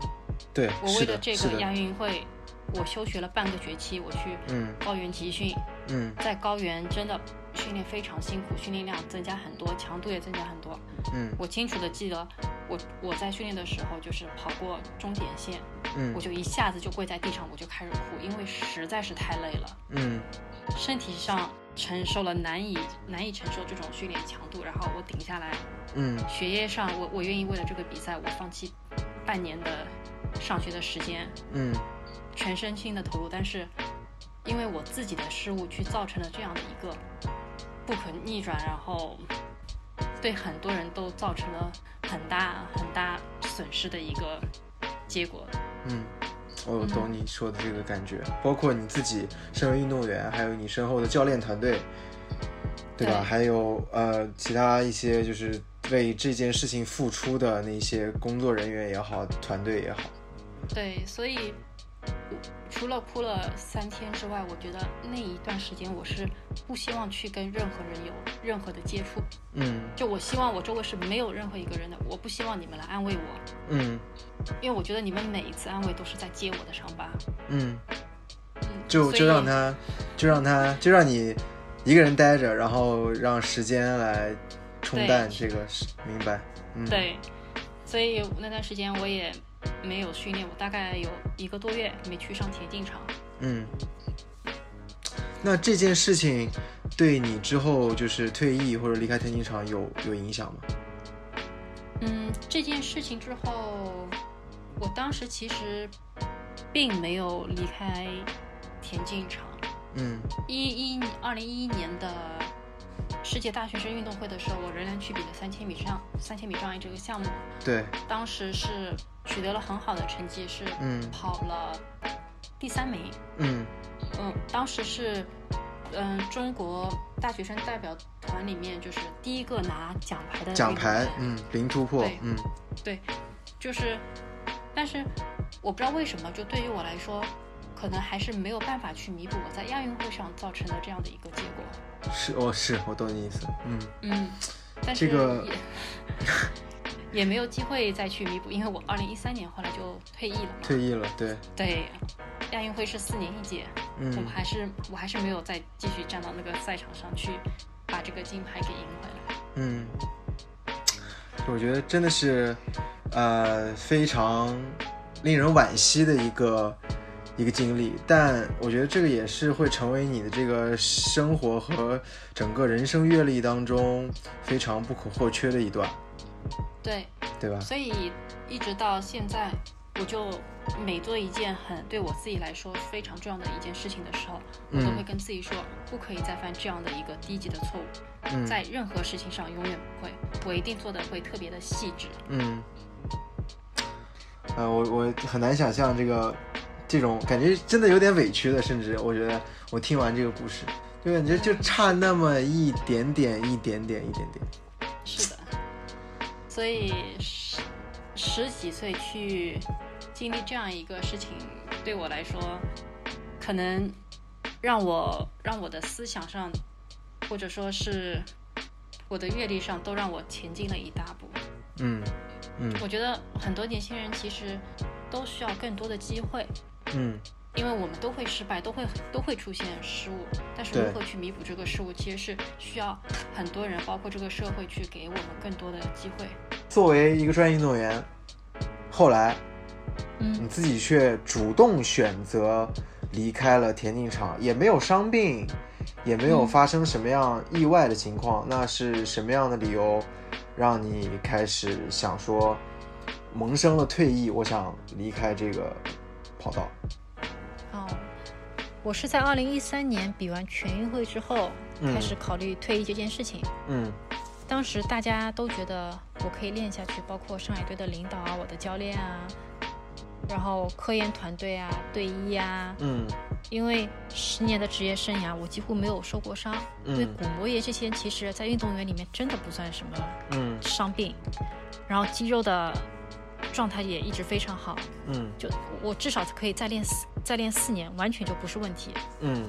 Speaker 1: 对，
Speaker 2: 我为
Speaker 1: 是
Speaker 2: 了
Speaker 1: 的，
Speaker 2: 这
Speaker 1: 是
Speaker 2: 个亚
Speaker 1: 的，
Speaker 2: 运会，我休学了半个学期，我去
Speaker 1: 嗯
Speaker 2: 高原集训，
Speaker 1: 嗯
Speaker 2: 在高原真的训练非常辛苦，训练量增加很多，强度也增加很多。
Speaker 1: 嗯
Speaker 2: 我清楚的记得，我我在训练的时候就是跑过终点线，
Speaker 1: 嗯
Speaker 2: 我就一下子就跪在地上，我就开始哭，因为实在是太累了，
Speaker 1: 嗯
Speaker 2: 身体上承受了难以难以承受这种训练强度，然后我顶下来，
Speaker 1: 嗯
Speaker 2: 学业上我我愿意为了这个比赛，我放弃半年的上学的时间，
Speaker 1: 嗯
Speaker 2: 全身心的投入，但是因为我自己的失误去造成了这样的一个不可逆转，然后对很多人都造成了很大很大损失的一个结果。
Speaker 1: 嗯，我懂你说的这个感觉，包括你自己身为运动员，还有你身后的教练团队，对吧？
Speaker 2: 对
Speaker 1: 还有呃，其他一些就是为这件事情付出的那些工作人员也好，团队也好，
Speaker 2: 对，所以我除了哭了三天之外，我觉得那一段时间我是不希望去跟任何人有任何的接触，
Speaker 1: 嗯
Speaker 2: 就我希望我周围是没有任何一个人的，我不希望你们来安慰我，
Speaker 1: 嗯
Speaker 2: 因为我觉得你们每一次安慰都是在揭我的伤疤。
Speaker 1: 嗯，
Speaker 2: 嗯，
Speaker 1: 就
Speaker 2: 所
Speaker 1: 就
Speaker 2: 以
Speaker 1: 让他，就让他，就让你一个人待着，然后让时间来冲
Speaker 2: 对
Speaker 1: 淡这个事，明白？嗯，
Speaker 2: 对，所以那段时间我也没有训练，我大概有一个多月没去上田径场。
Speaker 1: 嗯，那这件事情对你之后就是退役或者离开田径场有有影响吗？
Speaker 2: 嗯，这件事情之后，我当时其实并没有离开田径场。
Speaker 1: 嗯
Speaker 2: 一一二零一一年的世界大学生运动会的时候，我仍然去比了三千米障三千米障碍这个项目，
Speaker 1: 对，
Speaker 2: 当时是取得了很好的成绩，是
Speaker 1: 嗯
Speaker 2: 跑了第三名。
Speaker 1: 嗯
Speaker 2: 嗯，当时是，嗯、中国大学生代表团里面就是第一个拿奖牌的
Speaker 1: 奖
Speaker 2: 运动
Speaker 1: 牌
Speaker 2: 员，
Speaker 1: 嗯，零突破
Speaker 2: 对，
Speaker 1: 嗯
Speaker 2: 对，就是，但是我不知道为什么，就对于我来说，可能还是没有办法去弥补我在亚运会上造成的这样的一个结果。
Speaker 1: 是，哦，是我懂你意思，嗯
Speaker 2: 嗯，但
Speaker 1: 这
Speaker 2: 是也、
Speaker 1: 个
Speaker 2: 也 没有机会再去弥补，因为我二零一三年后来就退役了嘛。
Speaker 1: 退役了，对，
Speaker 2: 对，亚运会是四年一届，
Speaker 1: 嗯
Speaker 2: 我还是我还是没有再继续站到那个赛场上去把这个金牌给赢回来。
Speaker 1: 嗯，我觉得真的是，呃，非常令人惋惜的一个一个经历。但我觉得这个也是会成为你的这个生活和整个人生阅历当中非常不可或缺的一段，
Speaker 2: 对，
Speaker 1: 对吧？
Speaker 2: 所以一直到现在，我就每做一件很对我自己来说非常重要的一件事情的时候，我都
Speaker 1: 嗯
Speaker 2: 会跟自己说，不可以再犯这样的一个低级的错误，
Speaker 1: 嗯
Speaker 2: 在任何事情上永远不会，我一定做的会特别的细致。
Speaker 1: 嗯，呃，我我很难想象这个这种感觉，真的有点委屈的，甚至我觉得我听完这个故事，就感觉就差那么一点点，一点点，一点点。
Speaker 2: 是的，所以十十几岁去经历这样一个事情，对我来说，可能让我让我的思想上，或者说是我的阅历上，都让我前进了一大步。
Speaker 1: 嗯嗯
Speaker 2: 我觉得很多年轻人其实都需要更多的机会。
Speaker 1: 嗯
Speaker 2: 因为我们都会失败，都会都会出现失误，但是
Speaker 1: 对
Speaker 2: 如何去弥补这个失误，其实是需要很多人，包括这个社会，去给我们更多的机会。，
Speaker 1: 作为一个专业运动员，后来
Speaker 2: 嗯
Speaker 1: 你自己却主动选择离开了田径场，也没有伤病，也没有发生什么样意外的情况。那是什么样的理由，让你开始想说，萌生了退役，我想离开这个跑道？
Speaker 2: 哦，我是在二零一三年比完全运会之后，
Speaker 1: 嗯
Speaker 2: 开始考虑退役这件事情。
Speaker 1: 嗯
Speaker 2: 当时大家都觉得我可以练下去，包括上海队的领导啊、我的教练啊，然后科研团队啊、队医啊，
Speaker 1: 嗯
Speaker 2: 因为十年的职业生涯，我几乎没有受过伤，
Speaker 1: 嗯
Speaker 2: 所以骨膜炎这些其实在运动员里面真的不算什么
Speaker 1: 嗯
Speaker 2: 伤病，然后肌肉的状态也一直非常好，
Speaker 1: 嗯
Speaker 2: 就我至少可以再练四再练四年，完全就不是问题。
Speaker 1: 嗯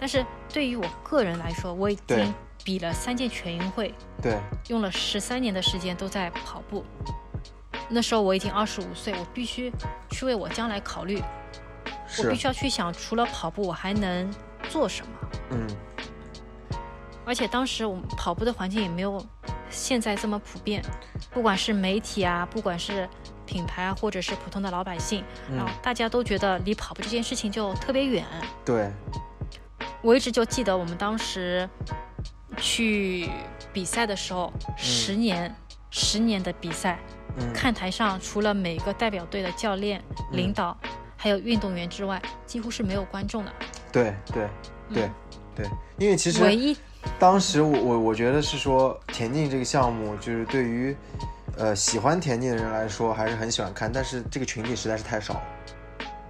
Speaker 2: 但是对于我个人来说，我已
Speaker 1: 对
Speaker 2: 经比了三届全运会，
Speaker 1: 对，
Speaker 2: 用了十三年的时间都在跑步。那时候我已经二十五岁，我必须去为我将来考虑，我
Speaker 1: 是
Speaker 2: 必，须要去想，除了跑步我还能做什么。
Speaker 1: 嗯
Speaker 2: 而且当时我们跑步的环境也没有现在这么普遍，不管是媒体啊，不管是品牌啊，或者是普通的老百姓，然后
Speaker 1: 嗯，
Speaker 2: 大家都觉得离跑步这件事情就特别远。
Speaker 1: 对，
Speaker 2: 我一直就记得我们当时去比赛的时候，十年十年的比赛，
Speaker 1: 嗯
Speaker 2: 看台上除了每个代表队的教练、
Speaker 1: 嗯
Speaker 2: 领导，还有运动员之外，几乎是没有观众的。
Speaker 1: 对对对
Speaker 2: 嗯
Speaker 1: 对，因为其实
Speaker 2: 唯一
Speaker 1: 当时我我我觉得是说田径这个项目，就是对于呃喜欢田径的人来说还是很喜欢看，但是这个群体实在是太少，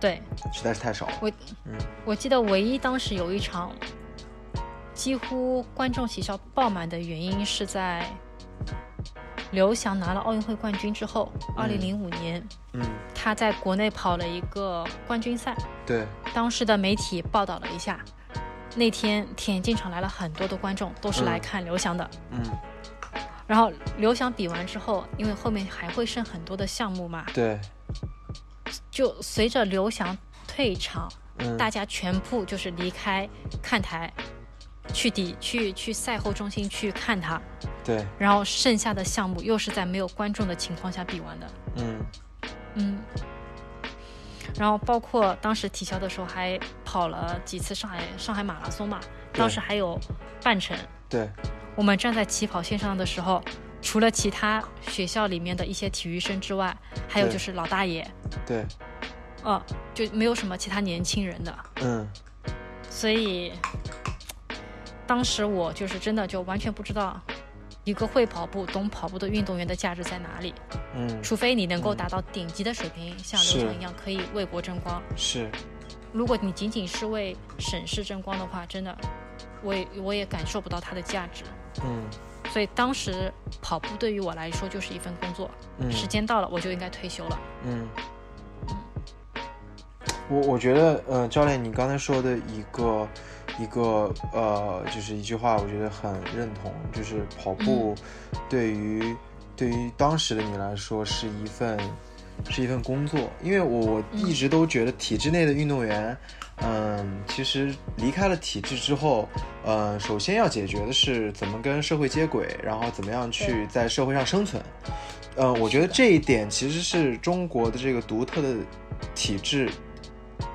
Speaker 2: 对
Speaker 1: 实在是太少了。
Speaker 2: 我
Speaker 1: 嗯
Speaker 2: 我记得唯一当时有一场几乎观众席上爆满的原因是在刘翔拿了奥运会冠军之后，二零零五年、
Speaker 1: 嗯，
Speaker 2: 他在国内跑了一个冠军赛，
Speaker 1: 对，
Speaker 2: 当时的媒体报道了一下。那天田径场来了很多的观众，都是来
Speaker 1: 嗯
Speaker 2: 看刘翔的。
Speaker 1: 嗯
Speaker 2: 然后刘翔比完之后，因为后面还会剩很多的项目嘛，
Speaker 1: 对，
Speaker 2: 就随着刘翔退场，
Speaker 1: 嗯
Speaker 2: 大家全部就是离开看台，去底去去赛后中心去看他，
Speaker 1: 对，
Speaker 2: 然后剩下的项目又是在没有观众的情况下比完的，
Speaker 1: 嗯
Speaker 2: 嗯。然后包括当时体校的时候还跑了几次上海上海马拉松嘛，
Speaker 1: 对
Speaker 2: 当时还有半程，
Speaker 1: 对，
Speaker 2: 我们站在起跑线上的时候，除了其他学校里面的一些体育生之外，还有
Speaker 1: 对
Speaker 2: 就是老大爷，
Speaker 1: 对，
Speaker 2: 呃，就没有什么其他年轻人的。
Speaker 1: 嗯
Speaker 2: 所以，当时我就是真的就完全不知道，一个会跑步、懂跑步的运动员的价值在哪里。
Speaker 1: 嗯
Speaker 2: 除非你能够达到顶级的水平，像刘
Speaker 1: 是
Speaker 2: 翔一样可以为国争光。
Speaker 1: 是，
Speaker 2: 如果你仅仅是为省市争光的话，真的，我也我也感受不到它的价值。
Speaker 1: 嗯
Speaker 2: 所以当时跑步对于我来说就是一份工作，
Speaker 1: 嗯
Speaker 2: 时间到了我就应该退休了。
Speaker 1: 嗯。我我觉得，呃，教练，你刚才说的一个一个呃，就是一句话，我觉得很认同，就是跑步对于、对于当时的你来说是一份是一份工作，因为我我一直都觉得体制内的运动员，嗯、其实离开了体制之后，呃，首先要解决的是怎么跟社会接轨，然后怎么样去
Speaker 2: 对
Speaker 1: 在社会上生存。呃，我觉得这一点其实是中国的这个独特的体制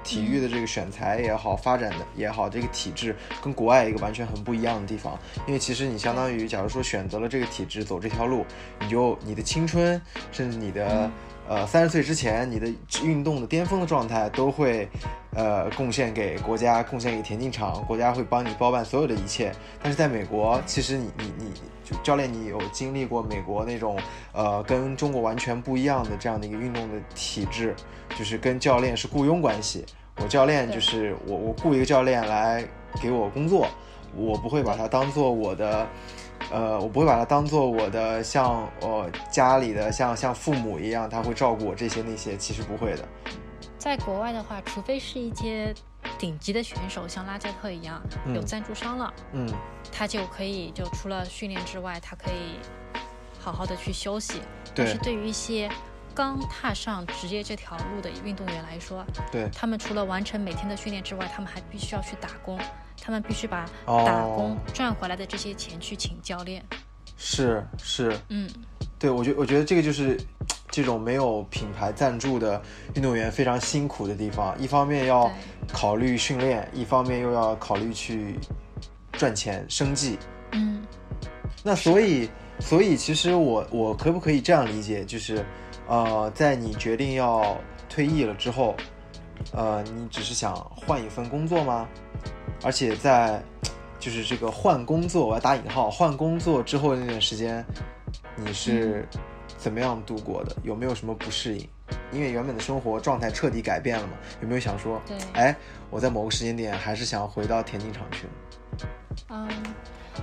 Speaker 1: 体育的这个选材也好，发展的也好，这个体制跟国外一个完全很不一样的地方。因为其实你相当于，假如说选择了这个体制走这条路，你就你的青春，甚至你的、呃三十岁之前，你的运动的巅峰的状态都会。呃，贡献给国家，贡献给田径场，国家会帮你包办所有的一切。但是在美国，其实你你你就教练，你有经历过美国那种呃跟中国完全不一样的这样的一个运动的体制，就是跟教练是雇佣关系。我教练
Speaker 2: 对
Speaker 1: 就是我，我雇一个教练来给我工作，我不会把它当做我的，呃，我不会把它当做我的像呃家里的像像父母一样，他会照顾我这些那些，其实不会的。
Speaker 2: 在国外的话，除非是一些顶级的选手，像拉加特一样
Speaker 1: 嗯
Speaker 2: 有赞助商了，
Speaker 1: 嗯
Speaker 2: 他就可以就除了训练之外，他可以好好的去休息。
Speaker 1: 对
Speaker 2: 但是对于一些刚踏上职业这条路的运动员来说，
Speaker 1: 对，
Speaker 2: 他们除了完成每天的训练之外，他们还必须要去打工，他们必须把
Speaker 1: 哦
Speaker 2: 打工赚回来的这些钱去请教练。
Speaker 1: 是是，
Speaker 2: 嗯，
Speaker 1: 对我觉我觉得这个就是这种没有品牌赞助的运动员非常辛苦的地方，一方面要考虑训练，一方面又要考虑去赚钱生计。
Speaker 2: 嗯，
Speaker 1: 那所以，所以其实我我可不可以这样理解，就是，呃，在你决定要退役了之后，呃，你只是想换一份工作吗？而且在，就是这个换工作，我要打引号，换工作之后的那段时间，你是怎么样度过的？有没有什么不适应？因为原本的生活状态彻底改变了嘛，有没有想说
Speaker 2: 对，
Speaker 1: 哎，我在某个时间点还是想回到田径场去呢？
Speaker 2: 嗯，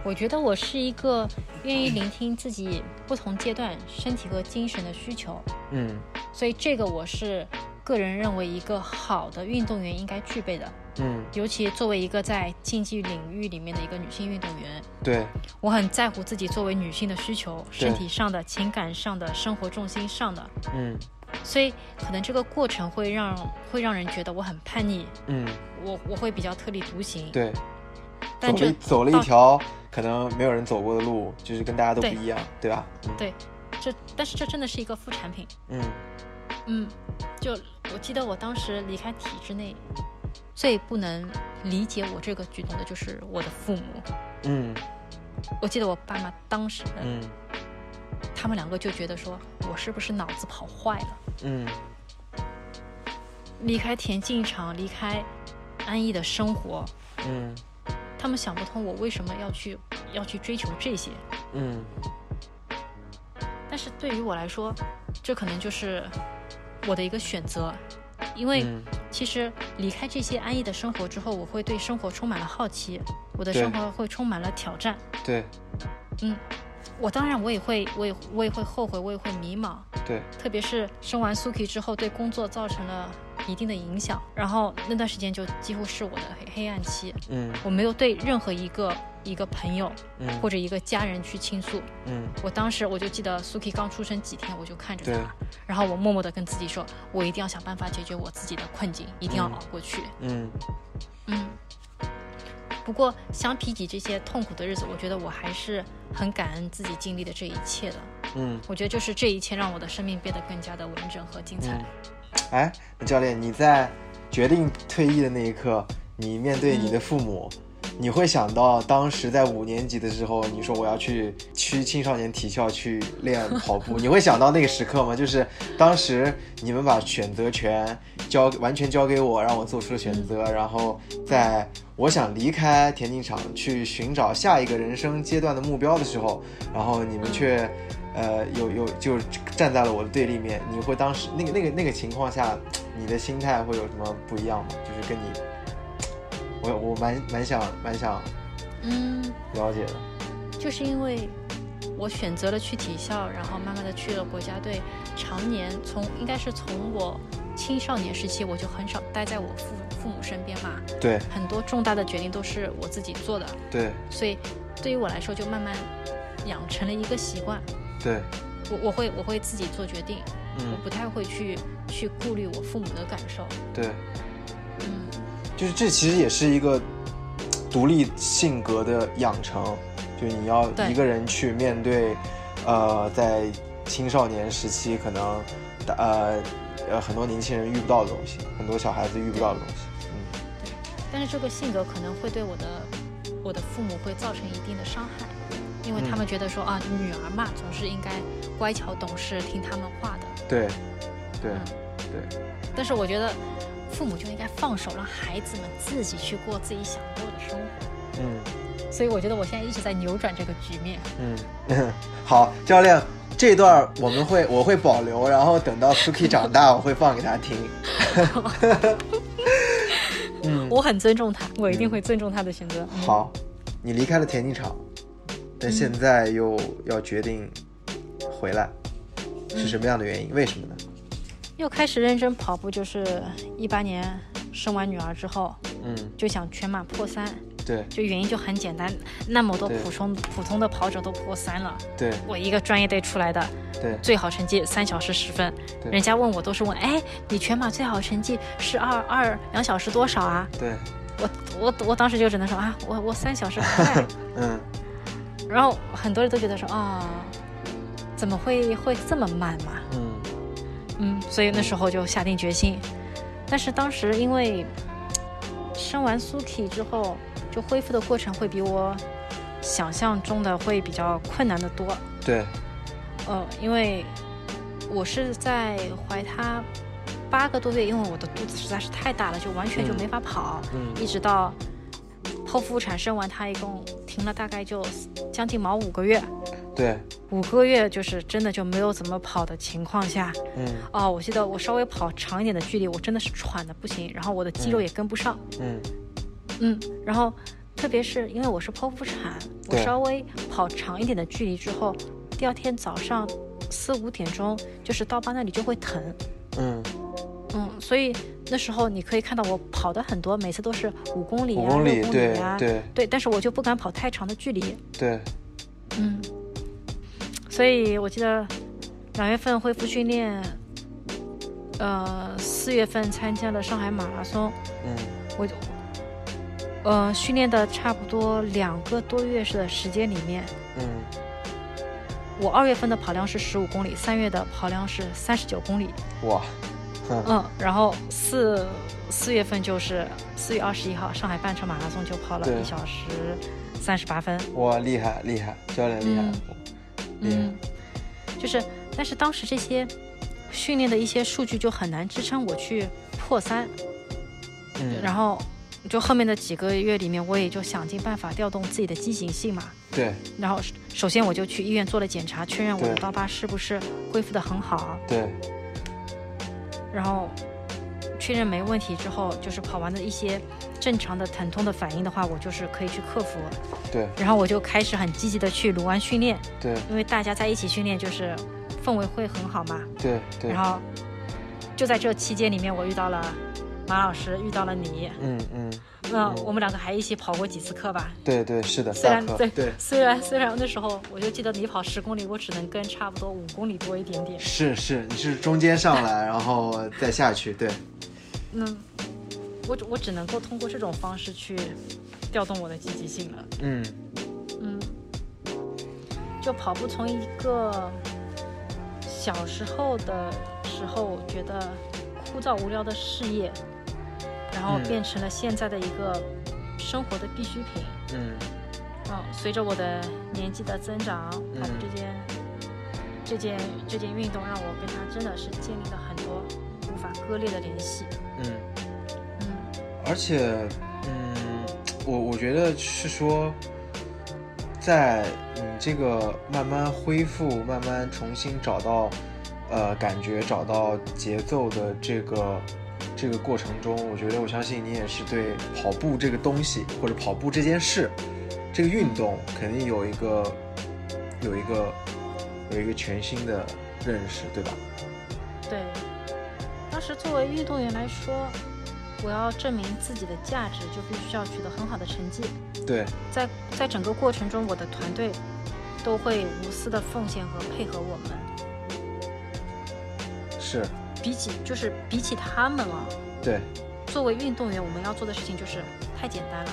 Speaker 2: 我觉得我是一个愿意聆听自己不同阶段身体和精神的需求，
Speaker 1: 嗯
Speaker 2: 所以这个我是个人认为一个好的运动员应该具备的，
Speaker 1: 嗯，
Speaker 2: 尤其作为一个在竞技领域里面的一个女性运动员，
Speaker 1: 对，
Speaker 2: 我很在乎自己作为女性的需求，身体上的、情感上的、生活重心上的，
Speaker 1: 嗯
Speaker 2: 所以可能这个过程会让会让人觉得我很叛逆，
Speaker 1: 嗯。
Speaker 2: 我我会比较特立独行，
Speaker 1: 对，走
Speaker 2: 但
Speaker 1: 了
Speaker 2: 这
Speaker 1: 一走了一
Speaker 2: 到
Speaker 1: 条可能没有人走过的路，就是跟大家都不
Speaker 2: 对
Speaker 1: 一样，对吧？嗯
Speaker 2: 对这但是这真的是一个副产品。
Speaker 1: 嗯
Speaker 2: 嗯，就我记得我当时离开体制内，最不能理解我这个举动的就是我的父母。
Speaker 1: 嗯
Speaker 2: 我记得我爸妈当时，
Speaker 1: 嗯
Speaker 2: 他们两个就觉得说我是不是脑子跑坏了？
Speaker 1: 嗯
Speaker 2: 离开田径场，离开安逸的生活，
Speaker 1: 嗯
Speaker 2: 他们想不通我为什么要去要去追求这些。
Speaker 1: 嗯
Speaker 2: 但是对于我来说，这可能就是我的一个选择，因为
Speaker 1: 嗯
Speaker 2: 其实离开这些安逸的生活之后，我会对生活充满了好奇，我的
Speaker 1: 对
Speaker 2: 生活会充满了挑战。
Speaker 1: 对
Speaker 2: 嗯，我当然我也会，我也我也会后悔，我也会迷茫，
Speaker 1: 对，
Speaker 2: 特别是生完 Suki 之后，对工作造成了一定的影响，然后那段时间就几乎是我的黑黑暗期，
Speaker 1: 嗯
Speaker 2: 我没有对任何一个一个朋友
Speaker 1: 嗯
Speaker 2: 或者一个家人去倾诉，
Speaker 1: 嗯
Speaker 2: 我当时我就记得 Suki 刚出生几天，我就看着
Speaker 1: 对
Speaker 2: 他，然后我默默地跟自己说，我一定要想办法解决我自己的困境，一定要
Speaker 1: 嗯
Speaker 2: 熬过去。
Speaker 1: 嗯
Speaker 2: 嗯。不过相比起这些痛苦的日子，我觉得我还是很感恩自己经历的这一切的。
Speaker 1: 嗯
Speaker 2: 我觉得就是这一切让我的生命变得更加的完整和精彩。
Speaker 1: 嗯。哎，那教练，你在决定退役的那一刻，你面对你的父母。你会想到当时在五年级的时候，你说我要去去青少年体校去练跑步，你会想到那个时刻吗？就是当时你们把选择权交完全交给我，让我做出了选择，然后在我想离开田径场去寻找下一个人生阶段的目标的时候，然后你们却呃有有就站在了我的对立面，你会当时那个那个那个情况下，你的心态会有什么不一样吗？就是跟你我我蛮蛮想蛮想
Speaker 2: 嗯，
Speaker 1: 了解的。
Speaker 2: 就是因为我选择了去体校，然后慢慢的去了国家队，常年从应该是从我青少年时期我就很少待在我父父母身边嘛，
Speaker 1: 对
Speaker 2: 很多重大的决定都是我自己做的，
Speaker 1: 对
Speaker 2: 所以对于我来说就慢慢养成了一个习惯，
Speaker 1: 对，
Speaker 2: 我我会我会自己做决定，我
Speaker 1: 嗯
Speaker 2: 不太会去去顾虑我父母的感受，
Speaker 1: 对，
Speaker 2: 嗯，
Speaker 1: 就是这其实也是一个独立性格的养成，就你要
Speaker 2: 对
Speaker 1: 一个人去面对，呃，在青少年时期可能呃呃很多年轻人遇不到的东西，很多小孩子遇不到的东西。嗯
Speaker 2: 但是这个性格可能会对我的我的父母会造成一定的伤害，因为他
Speaker 1: 嗯
Speaker 2: 们觉得说、啊女儿嘛总是应该乖巧懂事听他们话的，
Speaker 1: 对对
Speaker 2: 嗯，
Speaker 1: 对
Speaker 2: 但是我觉得父母就应该放手让孩子们自己去过自己想过的生活，
Speaker 1: 嗯。
Speaker 2: 所以我觉得我现在一直在扭转这个局面。
Speaker 1: 嗯， 好，教练，这段儿我们会我会保留，然后等到 Suki 长大，我会放给他听。嗯，
Speaker 2: 我很尊重他，我一定会尊重他的选择。
Speaker 1: 好，你离开了田径场，但
Speaker 2: 嗯
Speaker 1: 现在又要决定回来，是什么样的原因？为什么呢？
Speaker 2: 又开始认真跑步，就是一八年生完女儿之后，
Speaker 1: 嗯，
Speaker 2: 就想全马破三，
Speaker 1: 对
Speaker 2: 就原因就很简单，那么多
Speaker 1: 对
Speaker 2: 普通普通的跑者都破三了，
Speaker 1: 对
Speaker 2: 我一个专业队出来的
Speaker 1: 对
Speaker 2: 最好成绩三小时十分，
Speaker 1: 对
Speaker 2: 人家问我都是问，哎，你全马最好成绩是二二两小时多少啊？
Speaker 1: 对，
Speaker 2: 我我我当时就只能说啊，我我三小时快，
Speaker 1: 嗯
Speaker 2: 然后很多人都觉得说啊、怎么会会这么慢嘛？
Speaker 1: 嗯
Speaker 2: 嗯，所以那时候就下定决心。但是当时因为生完 Suki 之后，就恢复的过程会比我想象中的会比较困难的多。
Speaker 1: 对，
Speaker 2: 呃，因为我是在怀他八个多月，因为我的肚子实在是太大了，就完全就没法跑，
Speaker 1: 嗯
Speaker 2: 一直到剖腹产生完他，一共停了大概就将近毛五个月。
Speaker 1: 对，
Speaker 2: 五个月就是真的就没有怎么跑的情况下，
Speaker 1: 嗯
Speaker 2: 哦，我记得我稍微跑长一点的距离，我真的是喘的不行，然后我的肌肉也跟不上，
Speaker 1: 嗯
Speaker 2: 嗯，然后特别是因为我是剖腹产，我
Speaker 1: 对
Speaker 2: 稍微跑长一点的距离之后，第二天早上四五点钟就是刀疤那里就会疼，
Speaker 1: 嗯，
Speaker 2: 嗯，所以那时候你可以看到我跑的很多，每次都是五公里
Speaker 1: 五
Speaker 2: 啊、
Speaker 1: 公里
Speaker 2: 六，公
Speaker 1: 对
Speaker 2: 里啊，
Speaker 1: 对
Speaker 2: 对，但是我就不敢跑太长的距离，
Speaker 1: 对，
Speaker 2: 嗯，所以我记得两月份恢复训练，呃，四月份参加了上海马拉松，
Speaker 1: 嗯
Speaker 2: 我就呃训练的差不多两个多月的时间里面，
Speaker 1: 嗯
Speaker 2: 我二月份的跑量是十五公里，三月的跑量是三十九公里，
Speaker 1: 哇， 哼
Speaker 2: 嗯，然后四四月份就是四月二十一号上海半程马拉松就跑了
Speaker 1: 对
Speaker 2: 一小时三十八分，
Speaker 1: 哇厉害厉害，教练厉害，厉害
Speaker 2: 嗯，就是，但是当时这些训练的一些数据就很难支撑我去破三，
Speaker 1: 嗯，
Speaker 2: 然后就后面的几个月里面，我也就想尽办法调动自己的积极性嘛。
Speaker 1: 对
Speaker 2: 然后首首先我就去医院做了检查，确认我的
Speaker 1: 对
Speaker 2: 刀疤是不是恢复的很好，
Speaker 1: 对
Speaker 2: 然后确认没问题之后，就是跑完的一些正常的疼痛的反应的话，我就是可以去克服。
Speaker 1: 对
Speaker 2: 然后我就开始很积极的去卢湾训练，
Speaker 1: 对
Speaker 2: 因为大家在一起训练就是氛围会很好嘛。
Speaker 1: 对对
Speaker 2: 然，后就在这期间里面，我遇到了马老师，遇到了你，
Speaker 1: 嗯嗯，
Speaker 2: 那、我们两个还一起跑过几次课吧。
Speaker 1: 对对是的，
Speaker 2: 虽
Speaker 1: 下
Speaker 2: 然
Speaker 1: 课
Speaker 2: 对
Speaker 1: 对
Speaker 2: 虽然虽然那时候我就记得你跑十公里，我只能跟差不多五公里多一点点。
Speaker 1: 是是，你是中间上来，然后再下去，对
Speaker 2: 嗯，我只我只能够通过这种方式去调动我的积极性了。
Speaker 1: 嗯
Speaker 2: 嗯，就跑步从一个小时候的时候觉得枯燥无聊的事业，然后
Speaker 1: 嗯
Speaker 2: 变成了现在的一个生活的必需品。
Speaker 1: 嗯
Speaker 2: 嗯，随着我的年纪的增长，跑步这件、这件这件运动让我跟它真的是建立了很多无法割裂的联系。
Speaker 1: 嗯。
Speaker 2: 嗯
Speaker 1: 而且，嗯，我我觉得是说，在你这个慢慢恢复、慢慢重新找到，呃，感觉、找到节奏的这个这个过程中，我觉得我相信你也是对跑步这个东西或者跑步这件事，这个运动肯定有一个有一个有一个全新的认识，对吧？
Speaker 2: 对，当时作为运动员来说，我要证明自己的价值，就必须要取得很好的成绩。
Speaker 1: 对，
Speaker 2: 在在整个过程中，我的团队都会无私的奉献和配合我们。
Speaker 1: 是，
Speaker 2: 比起就是比起他们啊，
Speaker 1: 对，
Speaker 2: 作为运动员，我们要做的事情就是太简单了。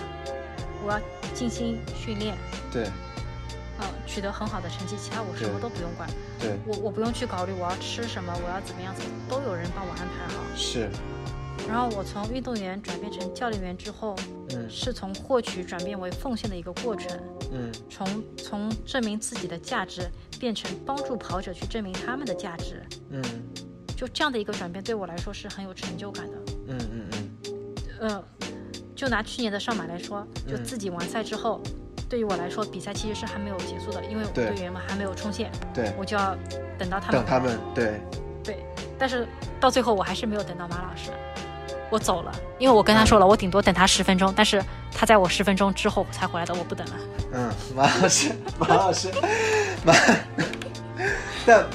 Speaker 2: 我要静心训练，
Speaker 1: 对，
Speaker 2: 嗯，取得很好的成绩，其他我什么都不用管，
Speaker 1: 对，
Speaker 2: 我我不用去考虑我要吃什么，我要怎么样子，都有人帮我安排好。
Speaker 1: 是，
Speaker 2: 然后我从运动员转变成教练员之后，
Speaker 1: 嗯
Speaker 2: 是从获取转变为奉献的一个过程，
Speaker 1: 嗯，
Speaker 2: 从从证明自己的价值变成帮助跑者去证明他们的价值，
Speaker 1: 嗯，
Speaker 2: 就这样的一个转变对我来说是很有成就感的。
Speaker 1: 嗯嗯嗯。
Speaker 2: 呃，就拿去年的上马来说，就
Speaker 1: 嗯
Speaker 2: 自己完赛之后，对于我来说，比赛其实是还没有结束的，因为我
Speaker 1: 对
Speaker 2: 队员们还没有冲线，
Speaker 1: 对，
Speaker 2: 我就要等到他们
Speaker 1: 等他
Speaker 2: 回来
Speaker 1: 们对，
Speaker 2: 对，但是到最后我还是没有等到马老师，我走了，因为我跟他说了，我顶多等他十分钟，但是他在我十分钟之后才回来的，我不等了。
Speaker 1: 嗯，马老师，马老师，马，但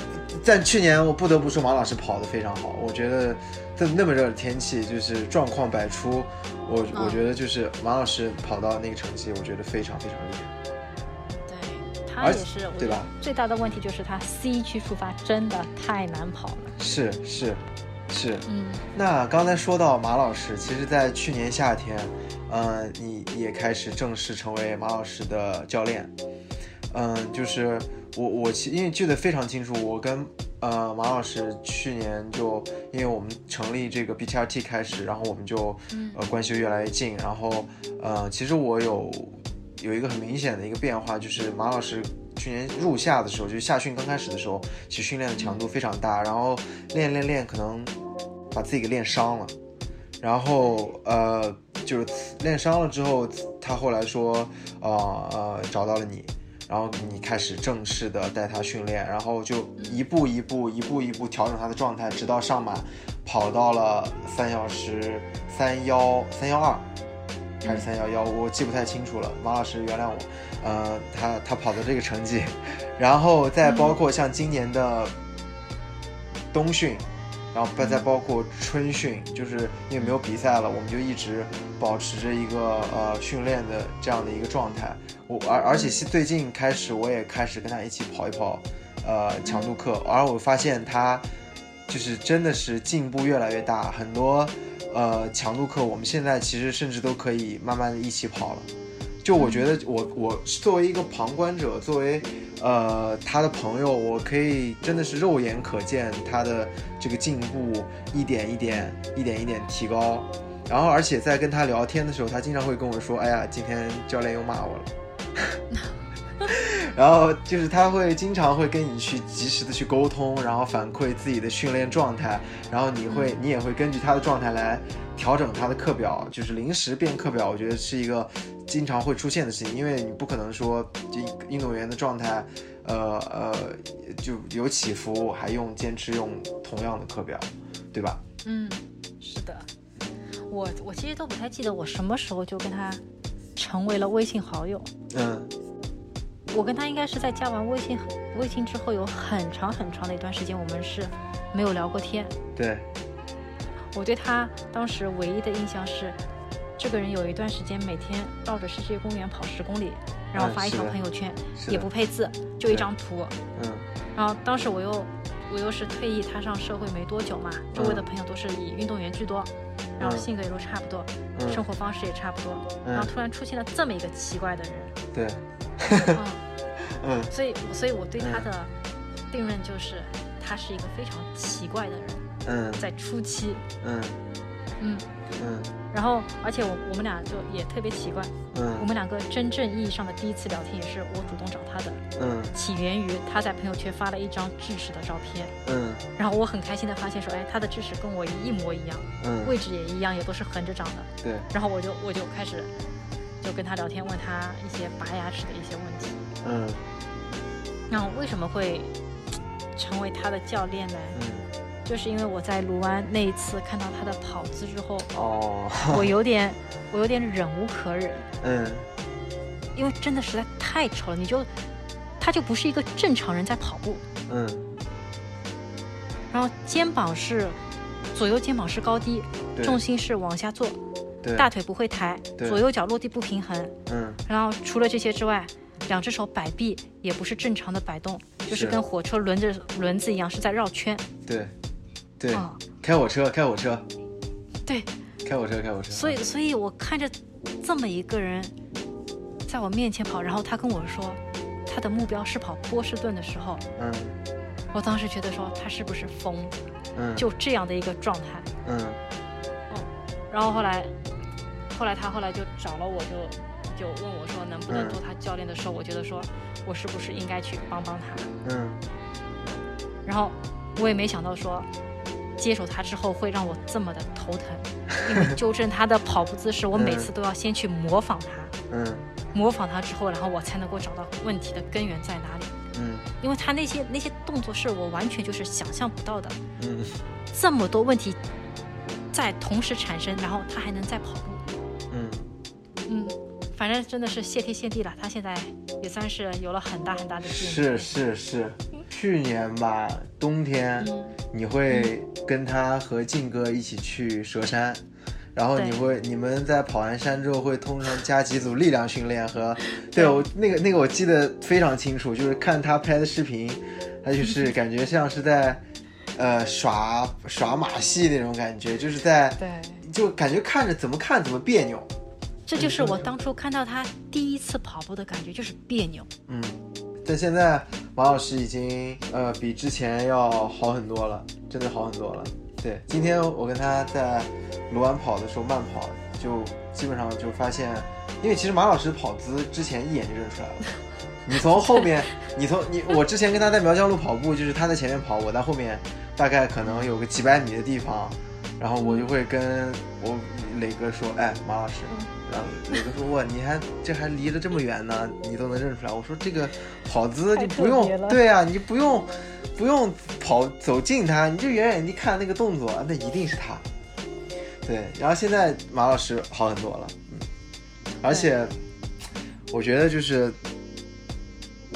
Speaker 1: 但去年我不得不说马老师跑得非常好，我觉得在那么热的天气，就是状况百出，我我
Speaker 2: 嗯
Speaker 1: 觉得就是马老师跑到那个成绩，我觉得非常非常厉害。
Speaker 2: 对他
Speaker 1: 而
Speaker 2: 也是，我
Speaker 1: 对
Speaker 2: 觉得
Speaker 1: 吧
Speaker 2: 最大的问题就是他 C 区出发真的太难跑了。
Speaker 1: 是是是，
Speaker 2: 嗯，
Speaker 1: 那刚才说到马老师，其实，在去年夏天，嗯，你也开始正式成为马老师呃的教练。嗯，就是我我其因为记得非常清楚，我跟呃，马老师去年就因为我们成立这个 BTRT 开始，然后我们就呃关系越来越近，然后呃，其实我有有一个很明显的一个变化，就是马老师去年入夏的时候，就是夏训刚开始的时候，其实训练的强度非常大，然后练练练，可能把自己给练伤了，然后呃，就是练伤了之后，他后来说，呃呃，找到了你。然后你开始正式的带他训练，然后就一步一步、一步一步调整他的状态，直到上马跑到了三小时三幺三幺二还是三幺幺，我记不太清楚了。马老师原谅我，呃，他他跑的这个成绩， 然后再包括像今年的冬训，然后再包括春训，就是因为没有比赛了，我们就一直保持着一个呃训练的这样的一个状态。我而而且是最近开始，我也开始跟他一起跑一跑，呃，强度课。而我发现他就是真的是进步越来越大，很多呃强度课我们现在其实甚至都可以慢慢的一起跑了。就我觉得我我作为一个旁观者，作为呃他的朋友，我可以真的是肉眼可见他的这个进步一点一点一点一点提高。然后而且在跟他聊天的时候，他经常会跟我说：“哎呀，今天教练又骂我了。” 然后就是他会经常会跟你去及时的去沟通，然后反馈自己的训练状态，然后你会你也会根据他的状态来调整他的课表，就是临时变课表，我觉得是一个经常会出现的事情，因为你不可能说这运动员的状态，呃呃就有起伏，还用坚持用同样的课表，对吧？
Speaker 2: 嗯，是的，我我其实都不太记得我什么时候就跟他成为了微信好友。
Speaker 1: 嗯
Speaker 2: 我跟他应该是在加完微信微信之后，有很长很长的一段时间，我们是没有聊过天。
Speaker 1: 对，
Speaker 2: 我对他当时唯一的印象是，这个人有一段时间每天绕着世界公园跑十公里，然后
Speaker 1: 嗯
Speaker 2: 发一
Speaker 1: 是
Speaker 2: 条
Speaker 1: 的
Speaker 2: 朋友圈，
Speaker 1: 是
Speaker 2: 也
Speaker 1: 的
Speaker 2: 不配字，就一张图。
Speaker 1: 嗯
Speaker 2: 然后当时我又我又是退役，他上社会没多久嘛，周围的朋友都是以运动员居多，然后
Speaker 1: 嗯
Speaker 2: 性格也都差不多，
Speaker 1: 嗯
Speaker 2: 生活方式也差不多，
Speaker 1: 嗯
Speaker 2: 然后突然出现了这么一个奇怪的 人，
Speaker 1: 对，
Speaker 2: 嗯
Speaker 1: 嗯
Speaker 2: 所以所以我对他的定论就是，他是一个非常奇怪的人，
Speaker 1: 嗯
Speaker 2: 在初期，
Speaker 1: 嗯
Speaker 2: 嗯，
Speaker 1: 嗯
Speaker 2: 然后而且我我们俩就也特别奇怪，我
Speaker 1: 嗯
Speaker 2: 们两个真正意义上的第一次聊天也是我主动找他的，
Speaker 1: 嗯
Speaker 2: 起源于他在朋友圈发了一张智齿的照片，
Speaker 1: 嗯
Speaker 2: 然后我很开心的发现说，哎，他的智齿跟我一模一样，
Speaker 1: 嗯，
Speaker 2: 位置也一样，也都是横着长的，
Speaker 1: 对，
Speaker 2: 然后我就我就开始就跟他聊天，问他一些拔牙齿的一些问题。
Speaker 1: 嗯
Speaker 2: 那我为什么会成为他的教练呢？
Speaker 1: 嗯
Speaker 2: 就是因为我在卢湾那一次看到他的跑姿之后，
Speaker 1: 哦，
Speaker 2: 我有点我有点忍无可忍，
Speaker 1: 嗯。
Speaker 2: 因为真的实在太丑了，你就他就不是一个正常人在跑步，
Speaker 1: 嗯，
Speaker 2: 然后肩膀是左右肩膀是高低，
Speaker 1: 对
Speaker 2: 重心是往下坐，
Speaker 1: 对，
Speaker 2: 大腿不会抬，
Speaker 1: 对
Speaker 2: 左右脚落地不平衡，
Speaker 1: 嗯
Speaker 2: 然后除了这些之外，两只手摆臂也不是正常的摆动，就是
Speaker 1: 是
Speaker 2: 跟火车轮着轮子一样是在绕圈
Speaker 1: 对，对，
Speaker 2: 啊、
Speaker 1: 开火车，开火车，
Speaker 2: 对，
Speaker 1: 开火车，开火车。
Speaker 2: 所以，所以我看着这么一个人在我面前跑，然后他跟我说他的目标是跑波士顿的时候，
Speaker 1: 嗯
Speaker 2: 我当时觉得说他是不是疯子？
Speaker 1: 嗯，
Speaker 2: 就这样的一个状态。
Speaker 1: 嗯
Speaker 2: 然后后来，后来他后来就找了我就，就问我说能不能
Speaker 1: 嗯
Speaker 2: 做他教练的时候，我觉得说我是不是应该去帮帮他？
Speaker 1: 嗯
Speaker 2: 然后我也没想到说。接手他之后会让我这么的头疼，因为纠正他的跑步 姿势，我每
Speaker 1: 嗯
Speaker 2: 次都要先去模仿他。
Speaker 1: 嗯
Speaker 2: 模仿他之后，然后我才能够找到问题的根源在哪里。
Speaker 1: 嗯
Speaker 2: 因为他那些那些动作是我完全就是想象不到的，
Speaker 1: 嗯，
Speaker 2: 这么多问题在同时产生，然后他还能再跑步，
Speaker 1: 嗯
Speaker 2: 嗯，反正真的是谢天谢地了，他现在也算是有了很大很大的进步。
Speaker 1: 是是是，去年吧，冬天
Speaker 2: 嗯
Speaker 1: 你会跟他和靖哥一起去蛇山。然后
Speaker 2: 对
Speaker 1: 你会，你们在跑完山之后会通常加几组力量训练和，对
Speaker 2: 对
Speaker 1: 我那个那个我记得非常清楚，就是看他拍的视频，他就是
Speaker 2: 嗯
Speaker 1: 感觉像是在，呃耍耍马戏那种感觉，就是在
Speaker 2: 对，
Speaker 1: 就感觉看着怎么看怎么别扭，
Speaker 2: 这就是我当初看到他第一次跑步的感觉，就是别扭。
Speaker 1: 嗯，但现在马老师已经呃比之前要好很多了，真的好很多了。对，今天我跟他在卢湾跑的时候慢跑，就基本上就发现，因为其实马老师跑姿之前一眼就认出来了。你从后面，你从你我之前跟他在苗江路跑步，就是他在前面跑，我在后面，大概可能有个几百米的地方，然后我就会跟我磊哥说，哎，马老师，
Speaker 3: 嗯
Speaker 1: 然后磊哥说，哇，你还这还离得这么远呢，你都能认出来。我说这个跑姿
Speaker 3: 太
Speaker 1: 就
Speaker 3: 特
Speaker 1: 不
Speaker 3: 别
Speaker 1: 用，
Speaker 3: 了
Speaker 1: 对啊，你就不用不用跑走近他，你就远远地看那个动作，啊那一定是他。对，然后现在马老师好很多了，嗯，而且我觉得就是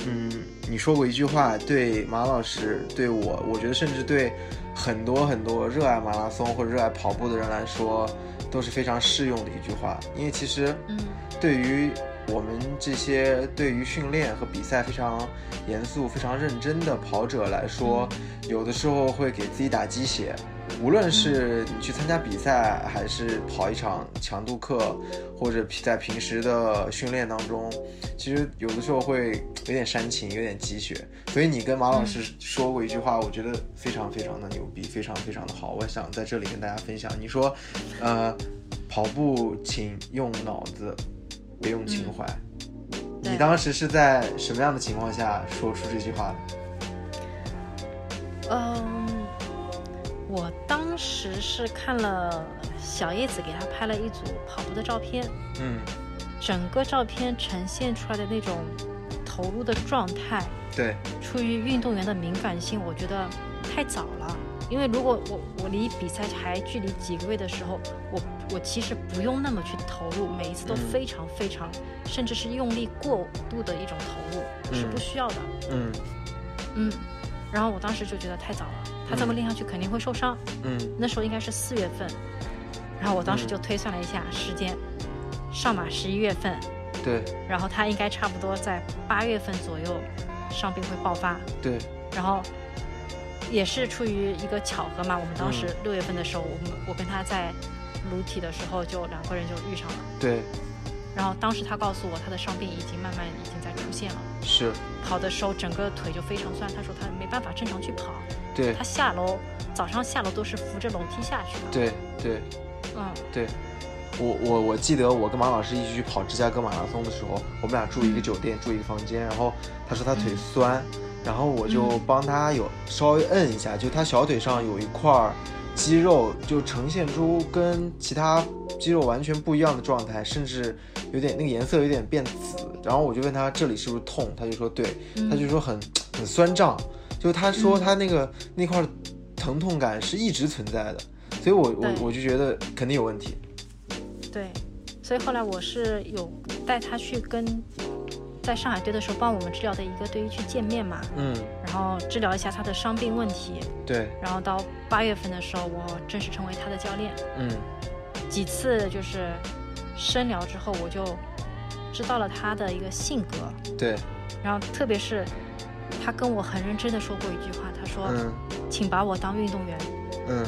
Speaker 1: 嗯，你说过一句话，对马老师，对我，我觉得甚至对很多很多热爱马拉松或者热爱跑步的人来说，都是非常适用的一句话。因为其实，
Speaker 2: 嗯，
Speaker 1: 对于我们这些对于训练和比赛非常严肃、非常认真的跑者来说，有的时候会给自己打鸡血。无论是你去参加比赛，还是跑一场强度课，或者平在平时的训练当中，其实有的时候会有点煽情，有点鸡血。所以你跟马老师说过一句话，我觉得非常非常的牛逼，非常非常的好。我想在这里跟大家分享，你说，呃，跑步请用脑子，别用情怀。
Speaker 2: 对
Speaker 1: 你当时是在什么样的情况下说出这句话的？
Speaker 2: 嗯，我当时是看了小叶子给他拍了一组跑步的照片，
Speaker 1: 嗯，
Speaker 2: 整个照片呈现出来的那种投入的状态，
Speaker 1: 嗯对，
Speaker 2: 出于运动员的敏感性，我觉得太早了。因为如果我我离比赛还距离几个月的时候，我我其实不用那么去投入，每一次都
Speaker 1: 嗯
Speaker 2: 非常非常，甚至是用力过度的一种投入、是不
Speaker 1: 嗯
Speaker 2: 需要的。
Speaker 1: 嗯
Speaker 2: 嗯，然后我当时就觉得太早了，他这么练下去肯定会受伤。
Speaker 1: 嗯
Speaker 2: 那时候应该是四月份，然后我当时就推算了一下时间，上马十一月份，
Speaker 1: 嗯对
Speaker 2: 然后他应该差不多在八月份左右伤病会爆发，
Speaker 1: 对，
Speaker 2: 然后也是出于一个巧合嘛，我们当时
Speaker 1: 嗯
Speaker 2: 六月份的时候，我们我跟他在撸体的时候就两个人就遇上了，
Speaker 1: 对，
Speaker 2: 然后当时他告诉我他的伤病已经慢慢已经在出现了，
Speaker 1: 是，
Speaker 2: 跑的时候整个腿就非常酸，他说他没办法正常去跑，
Speaker 1: 对
Speaker 2: 他下楼早上下楼都是扶着楼梯下去的，
Speaker 1: 对对
Speaker 2: 嗯
Speaker 1: 对。我我我记得我跟马老师一起去跑芝加哥马拉松的时候，我们俩住一个酒店，住一个房间。然后他说他腿酸，然后我就帮他有稍微摁一下，就他小腿上有一块儿肌肉就呈现出跟其他肌肉完全不一样的状态，甚至有点那个颜色有点变紫。然后我就问他这里是不是痛，他就说对，
Speaker 2: 嗯
Speaker 1: 他就说很很酸胀，就是他说他那个、那块疼痛感是一直存在的，所以我我
Speaker 2: 对
Speaker 1: 我就觉得肯定有问题。
Speaker 2: 对，所以后来我是有带他去跟在上海队的时候帮我们治疗的一个队医去见面嘛，
Speaker 1: 嗯，
Speaker 2: 然后治疗一下他的伤病问题，
Speaker 1: 对，
Speaker 2: 然后到八月份的时候，我正式成为他的教练。
Speaker 1: 嗯
Speaker 2: 几次就是深聊之后，我就知道了他的一个性格，
Speaker 1: 对，
Speaker 2: 然后特别是他跟我很认真的说过一句话，他说：“
Speaker 1: 嗯
Speaker 2: 请把我当运动员。”
Speaker 1: 嗯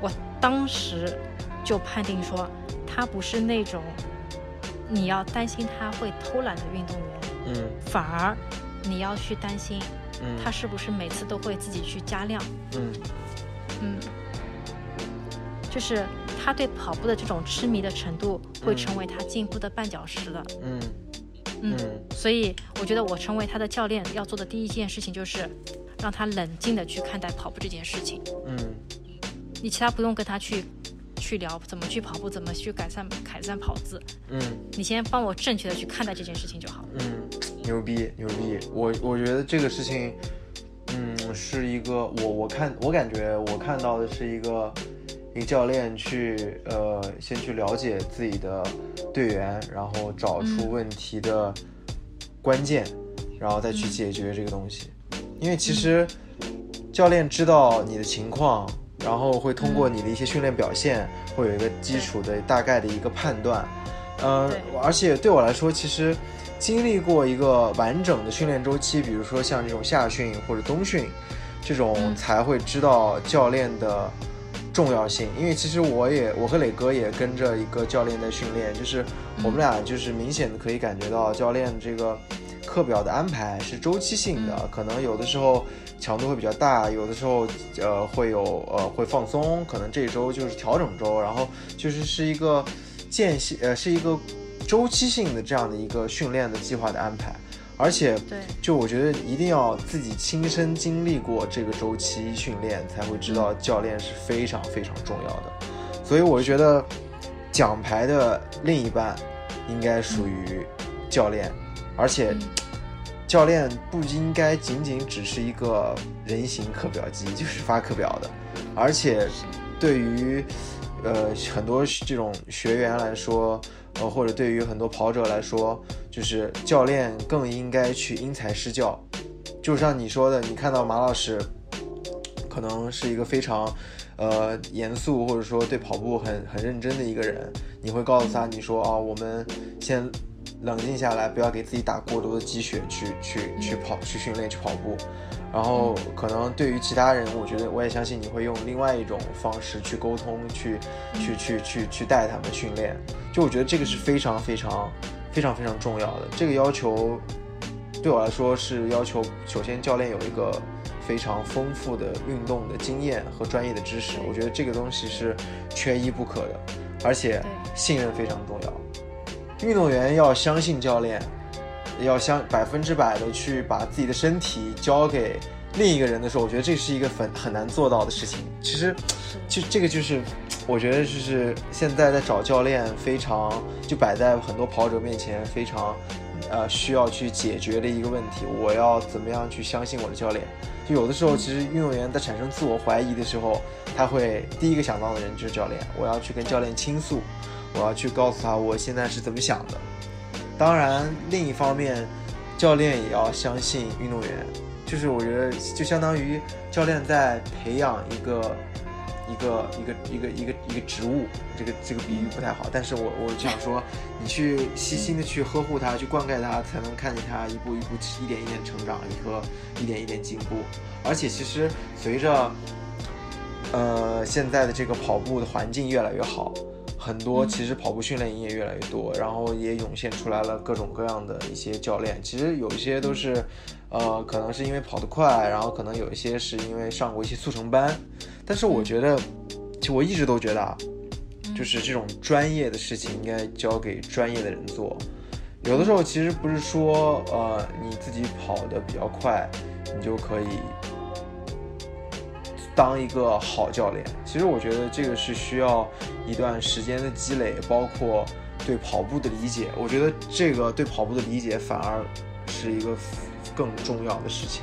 Speaker 2: 我当时就判定说，他不是那种你要担心他会偷懒的运动员，
Speaker 1: 嗯
Speaker 2: 反而你要去担心
Speaker 1: 嗯，
Speaker 2: 他是不是每次都会自己去加量。
Speaker 1: 嗯
Speaker 2: 嗯，就是他对跑步的这种痴迷的程度，会
Speaker 1: 嗯
Speaker 2: 成为他进步的绊脚石的。
Speaker 1: 嗯
Speaker 2: 嗯，
Speaker 1: 嗯
Speaker 2: 所以我觉得我成为他的教练要做的第一件事情就是。让他冷静的去看待跑步这件事情，
Speaker 1: 嗯
Speaker 2: 你其他不用跟他去去聊怎么去跑步，怎么去改善改善跑姿，
Speaker 1: 嗯
Speaker 2: 你先帮我正确的去看待这件事情就好。
Speaker 1: 嗯，牛逼牛逼，我我觉得这个事情，嗯，是一个我我看我感觉我看到的是一个一个教练去呃先去了解自己的队员，然后找出问题的关键，然后再去解决这个东西，因为其实教练知道你的情况。然后会通过你的一些训练表现，会有一个基础的大概的一个判断，嗯、
Speaker 2: 对
Speaker 1: 而且对我来说，其实经历过一个完整的训练周期，比如说像这种夏训或者冬训，这种
Speaker 2: 嗯
Speaker 1: 才会知道教练的重要性。因为其实我也，我和磊哥也跟
Speaker 2: 嗯
Speaker 1: 着一个教练在训练，就是我们俩就是明显的可以感觉到教练这个课表的安排是周期性
Speaker 2: 嗯
Speaker 1: 的，可能有的时候强度会比较大，有的时候呃会有呃会放松，可能这周就是调整周，然后就是是一个间隙呃是一个周期性的这样的一个训练的计划的安排。而且，
Speaker 2: 对
Speaker 1: 就我觉得一定要自己亲身经历过这个周期训练，才会知道教练是非常非常重要的。所以我觉得，奖牌的另一半应该属于教练，而且
Speaker 2: 嗯
Speaker 1: 教练不应该仅仅只是一个人形课表机， 就是发课表的，而且对于呃很多这种学员来说，呃或者对于很多跑者来说，就是教练更应该去因材施教。就像你说的，你看到马老师可能是一个非常呃严肃或者说对跑步很很认真的一个人，你会告诉他，你说啊，我们先冷静下来，不要给自己打过多的鸡血去去去跑去训练去跑步。然后可能对于其他人，我觉得我也相信你会用另外一种方式去沟通，去去去去去带他们训练。就我觉得这个是非常非常非常非常重要的，这个要求对我来说是要求，首先教练有一个非常丰富的运动的经验和专业的知识，我觉得这个东西是缺一不可的，而且
Speaker 2: 对
Speaker 1: 信任非常重要。运动员要相信教练，要相百分之百的去把自己的身体交给另一个人的时候，我觉得这是一个很很难做到的事情。其实，就这个就是，我觉得就是现在在找教练非常就摆在很多跑者面前非常呃需要去解决的一个问题。我要怎么样去相信我的教练？就有的时候，其实运动员在产生自我怀疑的时候，他会第一个想到的人就是教练。我要去跟教练倾诉，我要去告诉他我现在是怎么想的。当然，另一方面，教练也要相信运动员，就是我觉得就相当于教练在培养一个一个一个一个一个一个植物，这个这个比喻不太好，但是我我就想说，你去细心的去呵护它，去灌溉它，才能看见它一步一步一点一点成长，一颗一点一点进步。而且其实随着呃，现在的这个跑步的环境越来越好，很多其实跑步训练营也越来越多，然后也涌现出来了各种各样的一些教练。其实有一些都是，呃，可能是因为跑得快，然后可能有一些是因为上过一些速成班。但是我觉得，其实我一直都觉得啊，就是这种专业的事情应该交给专业的人做。有的时候其实不是说，呃，你自己跑得比较快，你就可以当一个好教练。其实我觉得这个是需要一段时间的积累，包括对跑步的理解。我觉得这个对跑步的理解反而是一个更重要的事情。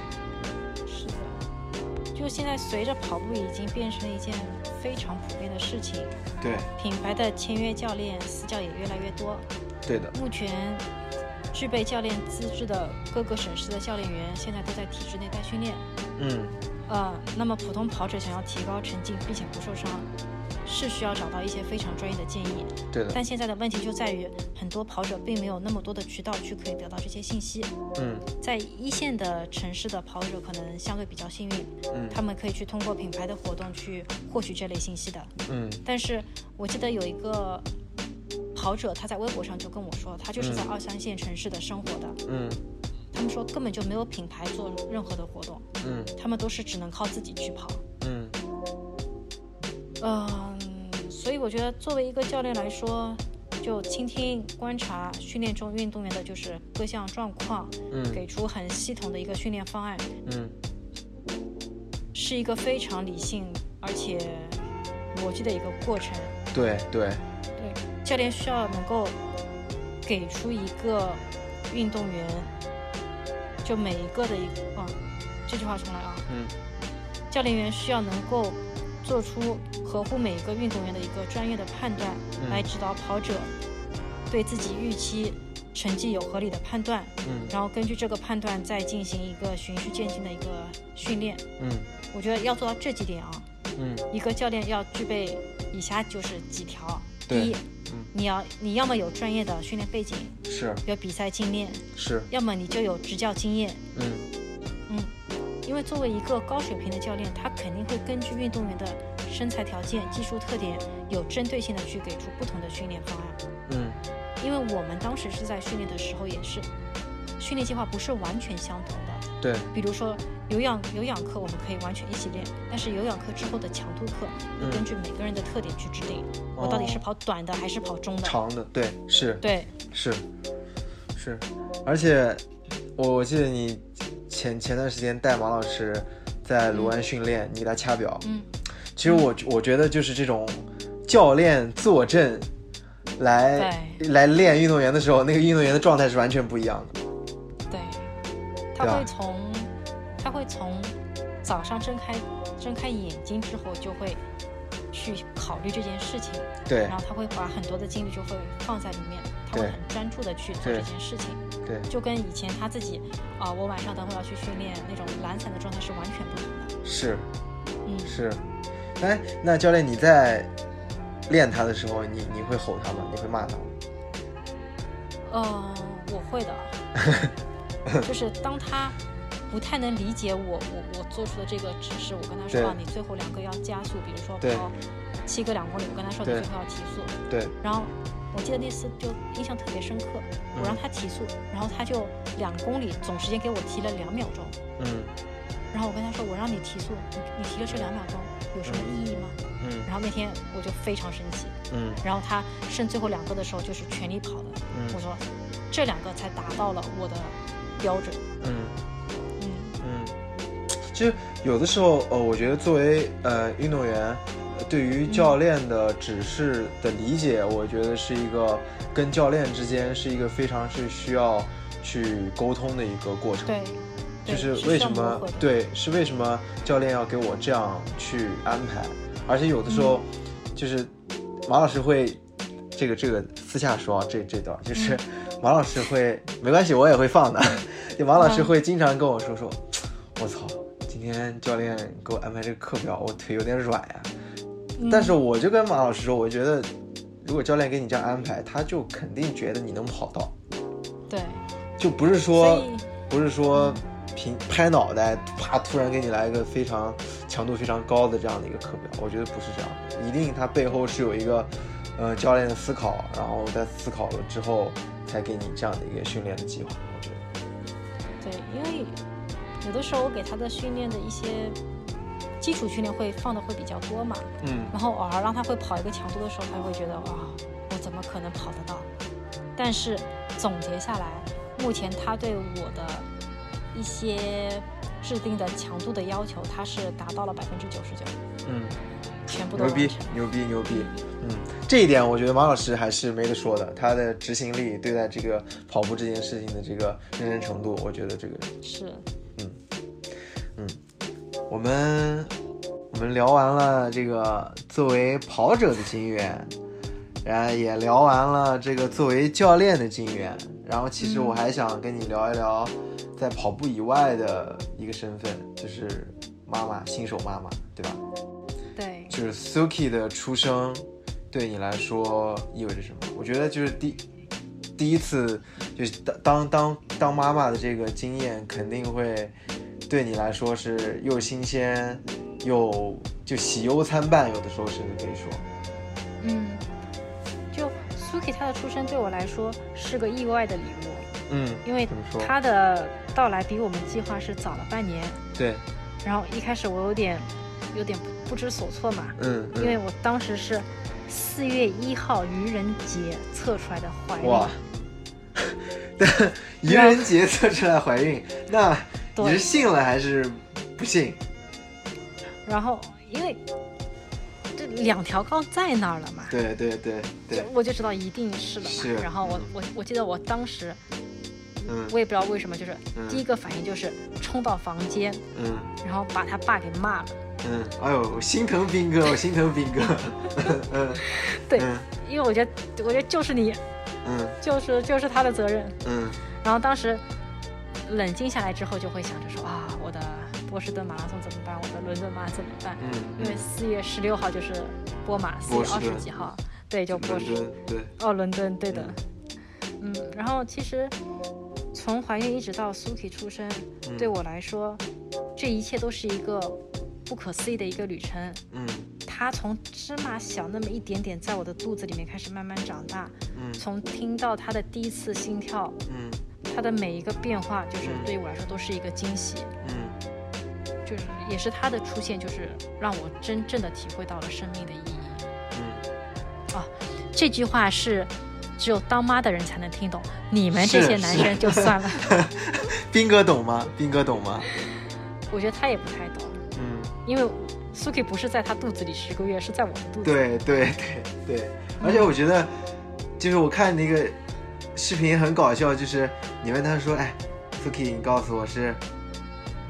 Speaker 2: 是的，就现在随着跑步已经变成了一件非常普遍的事情，
Speaker 1: 对，
Speaker 2: 品牌的签约教练、私教也越来越多。
Speaker 1: 对的，
Speaker 2: 目前具备教练资质的各个省市的教练员，现在都在体制内带训练。
Speaker 1: 嗯，
Speaker 2: 呃，那么普通跑者想要提高成绩并且不受伤，是需要找到一些非常专业的建议。
Speaker 1: 对的，
Speaker 2: 但现在的问题就在于，很多跑者并没有那么多的渠道去可以得到这些信息。
Speaker 1: 嗯
Speaker 2: 在一线的城市的跑者可能相对比较幸运，
Speaker 1: 嗯
Speaker 2: 他们可以去通过品牌的活动去获取这类信息的。
Speaker 1: 嗯
Speaker 2: 但是我记得有一个跑者，他在微博上就跟我说，他就是在
Speaker 1: 嗯
Speaker 2: 二三线城市的生活的，
Speaker 1: 嗯
Speaker 2: 他们说根本就没有品牌做任何的活动，
Speaker 1: 嗯
Speaker 2: 他们都是只能靠自己去跑。
Speaker 1: 嗯，
Speaker 2: 嗯，所以我觉得作为一个教练来说，就倾听、观察训练中运动员的就是各项状况，
Speaker 1: 嗯
Speaker 2: 给出很系统的一个训练方案，
Speaker 1: 嗯
Speaker 2: 是一个非常理性而且逻辑的一个过程。
Speaker 1: 对对，
Speaker 2: 对，教练需要能够给出一个运动员，就每一个的一啊，这句话重来啊，
Speaker 1: 嗯
Speaker 2: 教练员需要能够做出合乎每一个运动员的一个专业的判断，
Speaker 1: 嗯
Speaker 2: 来指导跑者对自己预期成绩有合理的判断，
Speaker 1: 嗯
Speaker 2: 然后根据这个判断再进行一个循序渐进的一个训练。
Speaker 1: 嗯
Speaker 2: 我觉得要做到这几点啊，
Speaker 1: 嗯
Speaker 2: 一个教练要具备以下就是几条：
Speaker 1: 对
Speaker 2: 第一，
Speaker 1: 嗯
Speaker 2: 你要你要么有专业的训练背景，
Speaker 1: 是
Speaker 2: 有比赛经验，
Speaker 1: 是，
Speaker 2: 要么你就有执教经验。
Speaker 1: 嗯
Speaker 2: 嗯，因为作为一个高水平的教练，他肯定会根据运动员的身材条件、技术特点，有针对性的去给出不同的训练方案。
Speaker 1: 嗯
Speaker 2: 因为我们当时是在训练的时候，也是训练计划不是完全相同的。
Speaker 1: 对，
Speaker 2: 比如说有氧有氧课我们可以完全一起练，但是有氧课之后的强度课
Speaker 1: 嗯
Speaker 2: 会根据每个人的特点去制定，我到底是
Speaker 1: 哦
Speaker 2: 跑短的还是跑中的？
Speaker 1: 长的，对，是，
Speaker 2: 对，
Speaker 1: 是，是，而且我我记得你前前段时间带马老师在卢湾训练，你给他掐表。
Speaker 2: 嗯，
Speaker 1: 其实我我觉得就是这种教练坐镇来来练运动员的时候，那个运动员的状态是完全不一样的。
Speaker 2: 对，他
Speaker 1: 对啊
Speaker 2: 会从、他会从早上睁开睁开眼睛之后就会去考虑这件事情，
Speaker 1: 对
Speaker 2: 然后他会把很多的精力就会放在里面，他会
Speaker 1: 对
Speaker 2: 很专注的去做这
Speaker 1: 对
Speaker 2: 件事情，
Speaker 1: 对，
Speaker 2: 就跟以前他自己啊、我晚上等会儿要去训练那种懒散的状态是完全不同的。
Speaker 1: 是
Speaker 2: 嗯，
Speaker 1: 是。哎，那教练你在练他的时候，你你会吼他吗？你会骂他吗？
Speaker 2: 呃，我会 的，就是当他不太能理解我我我做出的这个指示，我跟他说
Speaker 1: 对
Speaker 2: 啊，你最后两个要加速，比如说
Speaker 1: 对
Speaker 2: 跑七个两公里，我跟他说你
Speaker 1: 对
Speaker 2: 最后要提速，
Speaker 1: 对，
Speaker 2: 然后我记得那次就印象特别深刻，我
Speaker 1: 嗯
Speaker 2: 让他提速，然后他就两公里总时间给我提了两秒钟，
Speaker 1: 嗯
Speaker 2: 然后我跟他说我让你提速，你你提了这两秒钟有什么意义吗？
Speaker 1: 嗯
Speaker 2: 然后那天我就非常生气，
Speaker 1: 嗯
Speaker 2: 然后他剩最后两个的时候就是全力跑的，
Speaker 1: 嗯
Speaker 2: 我说这两个才达到了我的标准。
Speaker 1: 嗯。
Speaker 2: 嗯，
Speaker 1: 嗯，其实有的时候，呃，我觉得作为呃运动员，呃对于教
Speaker 2: 嗯
Speaker 1: 练的指示的理解，我觉得是一个跟教练之间是一个非常是需要去沟通的一个过程。
Speaker 2: 对，
Speaker 1: 就
Speaker 2: 对
Speaker 1: 是
Speaker 2: 是
Speaker 1: 为
Speaker 2: 需要
Speaker 1: 什
Speaker 2: 磨
Speaker 1: 么
Speaker 2: 合的
Speaker 1: 对，是为什么教练要给我这样去安排？而且有的时候，
Speaker 2: 嗯
Speaker 1: 就是马老师会这个这个私下说啊这这段，就是 马老师会没关系，我也会放的。 就马老师
Speaker 2: 嗯
Speaker 1: 会经常跟我说说，我操，今天教练给我安排这个课表，我腿有点软呀、
Speaker 2: 嗯
Speaker 1: 但是我就跟马老师说，我觉得如果教练给你这样安排，他就肯定觉得你能跑到，
Speaker 2: 对，
Speaker 1: 就不是说
Speaker 2: 所以
Speaker 1: 不是说凭拍脑袋，啪突然给你来一个非常强度非常高的这样的一个课表，我觉得不是这样的，一定它背后是有一个呃教练的思考，然后在思考了之后才给你这样的一个训练的计划，我觉得，
Speaker 2: 对，因为有的时候我给他的训练的一些基础训练会放的会比较多嘛，
Speaker 1: 嗯
Speaker 2: 然后偶尔让他会跑一个强度的时候，他会觉得哇，我怎么可能跑得到？但是总结下来，目前他对我的一些制定的强度的要求，他是达到了百分之九十九，
Speaker 1: 嗯，
Speaker 2: 全部都
Speaker 1: 牛
Speaker 2: 完
Speaker 1: 逼
Speaker 2: 成。
Speaker 1: 牛逼牛逼，嗯，这一点我觉得马老师还是没得说的，他的执行力对待这个跑步这件事情的这个认真程度，我觉得这个
Speaker 2: 是，
Speaker 1: 嗯我们我们聊完了这个作为跑者的经验，然后也聊完了这个作为教练的经验，然后其实我还想跟你聊一聊，在跑步以外的一个身份，就是妈妈，新手妈妈，对吧？
Speaker 2: 对，
Speaker 1: 就是 Suki 的出生对你来说意味着什么？我觉得就是第第一次就是当当当当妈妈的这个经验，肯定会对你来说是又新鲜又就喜忧参半，有的时候甚至可以说，
Speaker 2: 嗯，就 Suki 她的出生对我来说是个意外的礼物，
Speaker 1: 嗯，
Speaker 2: 因为
Speaker 1: 怎么说？
Speaker 2: 她的到来比我们计划是早了半年，
Speaker 1: 对，
Speaker 2: 然后一开始我有点有点不不知所措嘛，
Speaker 1: 嗯，
Speaker 2: 因为
Speaker 1: 嗯
Speaker 2: 我当时是四月一号愚人节测出来的怀孕，
Speaker 1: 哇， 啊 但愚人节测出来怀孕，那你
Speaker 2: 对
Speaker 1: 是信了还是不信？
Speaker 2: 然后因为这两条杠在那儿了嘛，
Speaker 1: 对对对对
Speaker 2: 就，我就知道一定是了嘛。
Speaker 1: 是
Speaker 2: 然后我
Speaker 1: 嗯
Speaker 2: 我我记得我当时
Speaker 1: 嗯
Speaker 2: 我也不知道为什么，就是
Speaker 1: 嗯
Speaker 2: 第一个反应就是冲到房间，
Speaker 1: 嗯。
Speaker 2: 然后把他爸给骂了。
Speaker 1: 嗯，哎呦，我心疼斌 哥，我心疼斌哥。嗯
Speaker 2: 对，
Speaker 1: 嗯
Speaker 2: 因为我觉得我觉得就是你，
Speaker 1: 嗯
Speaker 2: 就是就是他的责任。
Speaker 1: 嗯
Speaker 2: 然后当时冷静下来之后，就会想着说啊，我的波士顿马拉松怎么办？我的伦敦马怎么办？
Speaker 1: 嗯，
Speaker 2: 因为四月十六号就是波马，四
Speaker 1: 波
Speaker 2: 月
Speaker 1: 士
Speaker 2: 二十
Speaker 1: 顿
Speaker 2: 几号，对，就
Speaker 1: 嗯
Speaker 2: 波
Speaker 1: 伦
Speaker 2: 士，
Speaker 1: 敦对，
Speaker 2: 哦，伦敦，对的，嗯，然后其实从怀孕一直到苏 k 出生，
Speaker 1: 嗯
Speaker 2: 对我来说，这一切都是一个不可思议的一个旅程。
Speaker 1: 嗯
Speaker 2: 它从芝麻小那么一点点，在我的肚子里面开始慢慢长大，
Speaker 1: 嗯
Speaker 2: 从听到他的第一次心跳，
Speaker 1: 嗯
Speaker 2: 他它的每一个变化，就是对我来说都是一个惊喜，
Speaker 1: 嗯
Speaker 2: 就是也是它的出现，就是让我真正的体会到了生命的意义。
Speaker 1: 嗯，
Speaker 2: 这句话是只有当妈的人才能听懂，你们这
Speaker 1: 是
Speaker 2: 些男
Speaker 1: 是
Speaker 2: 生就算了，
Speaker 1: 斌哥懂吗？斌哥懂吗？
Speaker 2: 我觉得他也不太懂，
Speaker 1: 嗯，
Speaker 2: 因为 Suki 不是在他肚子里十个月，是在我的肚子里。
Speaker 1: 对对对对，而且我觉得，就是我看那个视频很搞笑，就是你问他说，哎，Suki，你告诉我是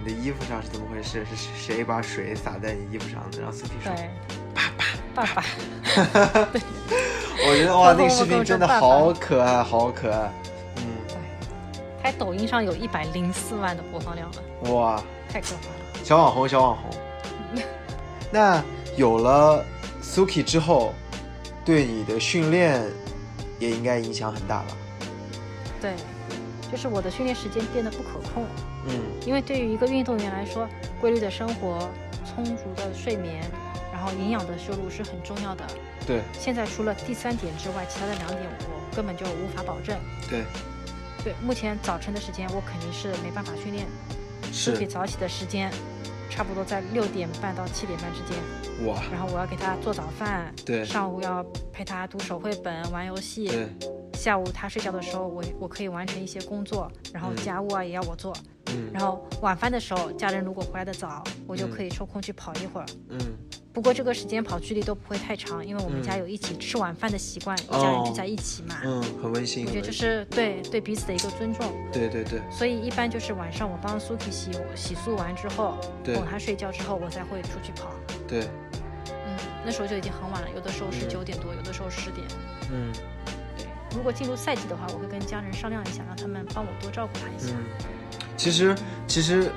Speaker 1: 你的衣服上是怎么回事？是是谁把水洒在你衣服上的？然后 Suki 说，
Speaker 2: 对，爸爸，爸爸，
Speaker 1: 我觉得哇，
Speaker 2: 包括
Speaker 1: 那个视
Speaker 2: 我跟
Speaker 1: 频
Speaker 2: 我
Speaker 1: 真的
Speaker 2: 说爸爸
Speaker 1: 好可爱，好可爱。嗯，
Speaker 2: 还抖音上有一百零四万的播放量了，
Speaker 1: 哇，
Speaker 2: 太可怕了。
Speaker 1: 小网红，小网 红。那有了 Suki 之后，对你的训练也应该影响很大吧？
Speaker 2: 对，就是我的训练时间变得不可控，
Speaker 1: 嗯
Speaker 2: 因为对于一个运动员来说，规律的生活、充足的睡眠，然后营养的摄入是很重要的。，
Speaker 1: 对
Speaker 2: 现在除了第三点之外，其他的两点我根本就无法保证。
Speaker 1: 对，
Speaker 2: 对，目前早晨的时间我肯定是没办法训练，
Speaker 1: 是
Speaker 2: 比早起的时间差不多在六点半到七点半之间。
Speaker 1: 哇，
Speaker 2: 然后我要给他做早饭，
Speaker 1: 对
Speaker 2: 上午要陪他读手绘本、玩游戏，下午他睡觉的时候，我我可以完成一些工作，然后
Speaker 1: 嗯
Speaker 2: 家务啊也要我做，
Speaker 1: 嗯
Speaker 2: 然后晚饭的时候，家人如果回来的早，我就
Speaker 1: 嗯
Speaker 2: 可以抽空去跑一会儿。
Speaker 1: 嗯
Speaker 2: 不过这个时间跑距离都不会太长，因为我们
Speaker 1: 嗯
Speaker 2: 家有一起吃晚饭的习惯，
Speaker 1: 哦
Speaker 2: 一家人聚在一起嘛。
Speaker 1: 嗯，很温馨，
Speaker 2: 我
Speaker 1: 很
Speaker 2: 觉
Speaker 1: 温
Speaker 2: 得这
Speaker 1: 馨
Speaker 2: 是对对彼此的一个尊重，
Speaker 1: 对对对
Speaker 2: 所以一般就是晚上我帮苏 k 洗洗漱完之后，
Speaker 1: 对
Speaker 2: 哄他睡觉之后，我才会出去跑。
Speaker 1: 对，
Speaker 2: 嗯，那时候就已经很晚了，有的时候是
Speaker 1: 嗯
Speaker 2: 九点多，有的时候十点。
Speaker 1: 嗯
Speaker 2: 对，如果进入赛季的话，我会跟家人商量一下，让他们帮我多照顾他一下。
Speaker 1: 嗯。其实其实，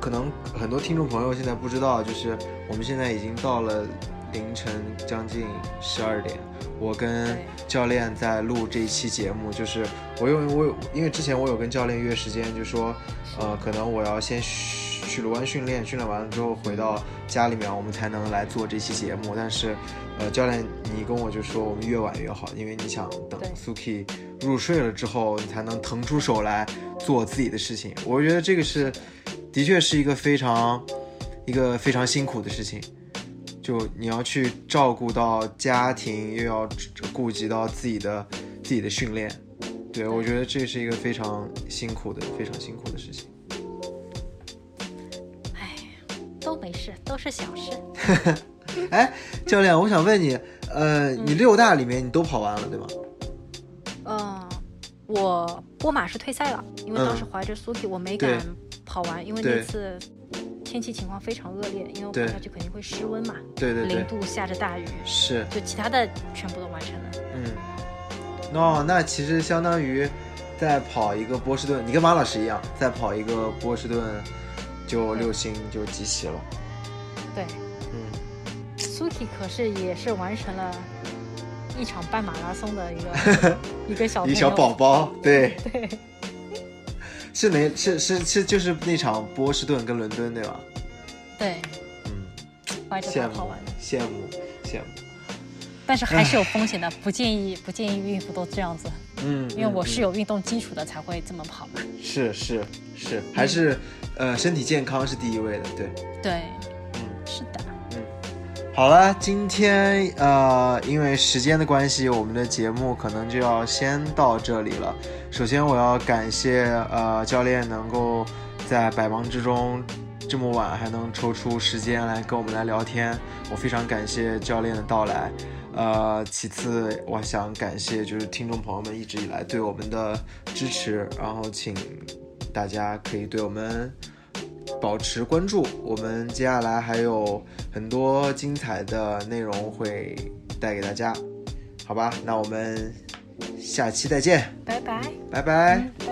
Speaker 1: 可能很多听众朋友现在不知道，就是我们现在已经到了凌晨将近十二点。我跟
Speaker 2: 对
Speaker 1: 教练在录这一期节目，就是我有我有，因为之前我有跟教练约时间，就说，呃，可能我要先去去卢湾训练，训练完了之后回到家里面，我们才能来做这期节目。但是，呃，教练你跟我就说，我们越晚越好，因为你想等
Speaker 2: 对
Speaker 1: Suki 入睡了之后，你才能腾出手来做自己的事情。我觉得这个是，的确是一个非常一个非常辛苦的事情。就你要去照顾到家庭，又要顾及到自己的自己的训练，对我觉得这是一个非常辛苦的、非常辛苦的事情。
Speaker 2: 哎，
Speaker 1: 嗯
Speaker 2: 都没事，都是小事。
Speaker 1: 哎，教练，我想问你，呃，你六大里面你都跑完了对吗？
Speaker 2: 嗯，我波马是退赛了，因为
Speaker 1: 嗯
Speaker 2: 当时怀着苏 k 我没
Speaker 1: 对
Speaker 2: 敢跑完，因为
Speaker 1: 对
Speaker 2: 那次天气情况非常恶劣，因为我
Speaker 1: 对
Speaker 2: 跑下去肯定会失温嘛，
Speaker 1: 对对
Speaker 2: 零
Speaker 1: 对，
Speaker 2: 度下着大雨，
Speaker 1: 是，
Speaker 2: 就其他的全部都完成了。
Speaker 1: 嗯，哦，那其实相当于在跑一个波士顿，你跟马老师一样，在跑一个波士顿就六星就集齐了。
Speaker 2: 对
Speaker 1: 嗯，
Speaker 2: 苏 k 可是也是完成了一场半马拉松的一 个一个小朋
Speaker 1: 一
Speaker 2: 友
Speaker 1: 小宝宝，对对， 是哪是是是就是那场波士顿跟伦敦对吧？
Speaker 2: 对
Speaker 1: 嗯，
Speaker 2: 怀着
Speaker 1: 羡
Speaker 2: 它
Speaker 1: 慕
Speaker 2: 跑完的。
Speaker 1: 羡慕羡慕，
Speaker 2: 但是还是有风险的，不建 议不建议孕妇都这样子，
Speaker 1: 嗯，
Speaker 2: 因为我是
Speaker 1: 有
Speaker 2: 有运动基础的才会这么跑嘛。
Speaker 1: 是是是
Speaker 2: 嗯
Speaker 1: 还是呃身体健康是第一位的，对，
Speaker 2: 对，
Speaker 1: 嗯
Speaker 2: 是的，
Speaker 1: 嗯，好了，今天呃因为时间的关系，我们的节目可能就要先到这里了。首先我要感谢呃教练能够在百忙之中这么晚还能抽出时间来跟我们来聊天，我非常感谢教练的到来。呃，其次呃我想感谢就是听众朋友们一直以来对我们的支持，然后请大家可以对我们。保持关注，我们接下来还有很多精彩的内容会带给大家，好吧？那我们下期再见。
Speaker 2: 拜拜。
Speaker 1: 拜拜。
Speaker 2: 嗯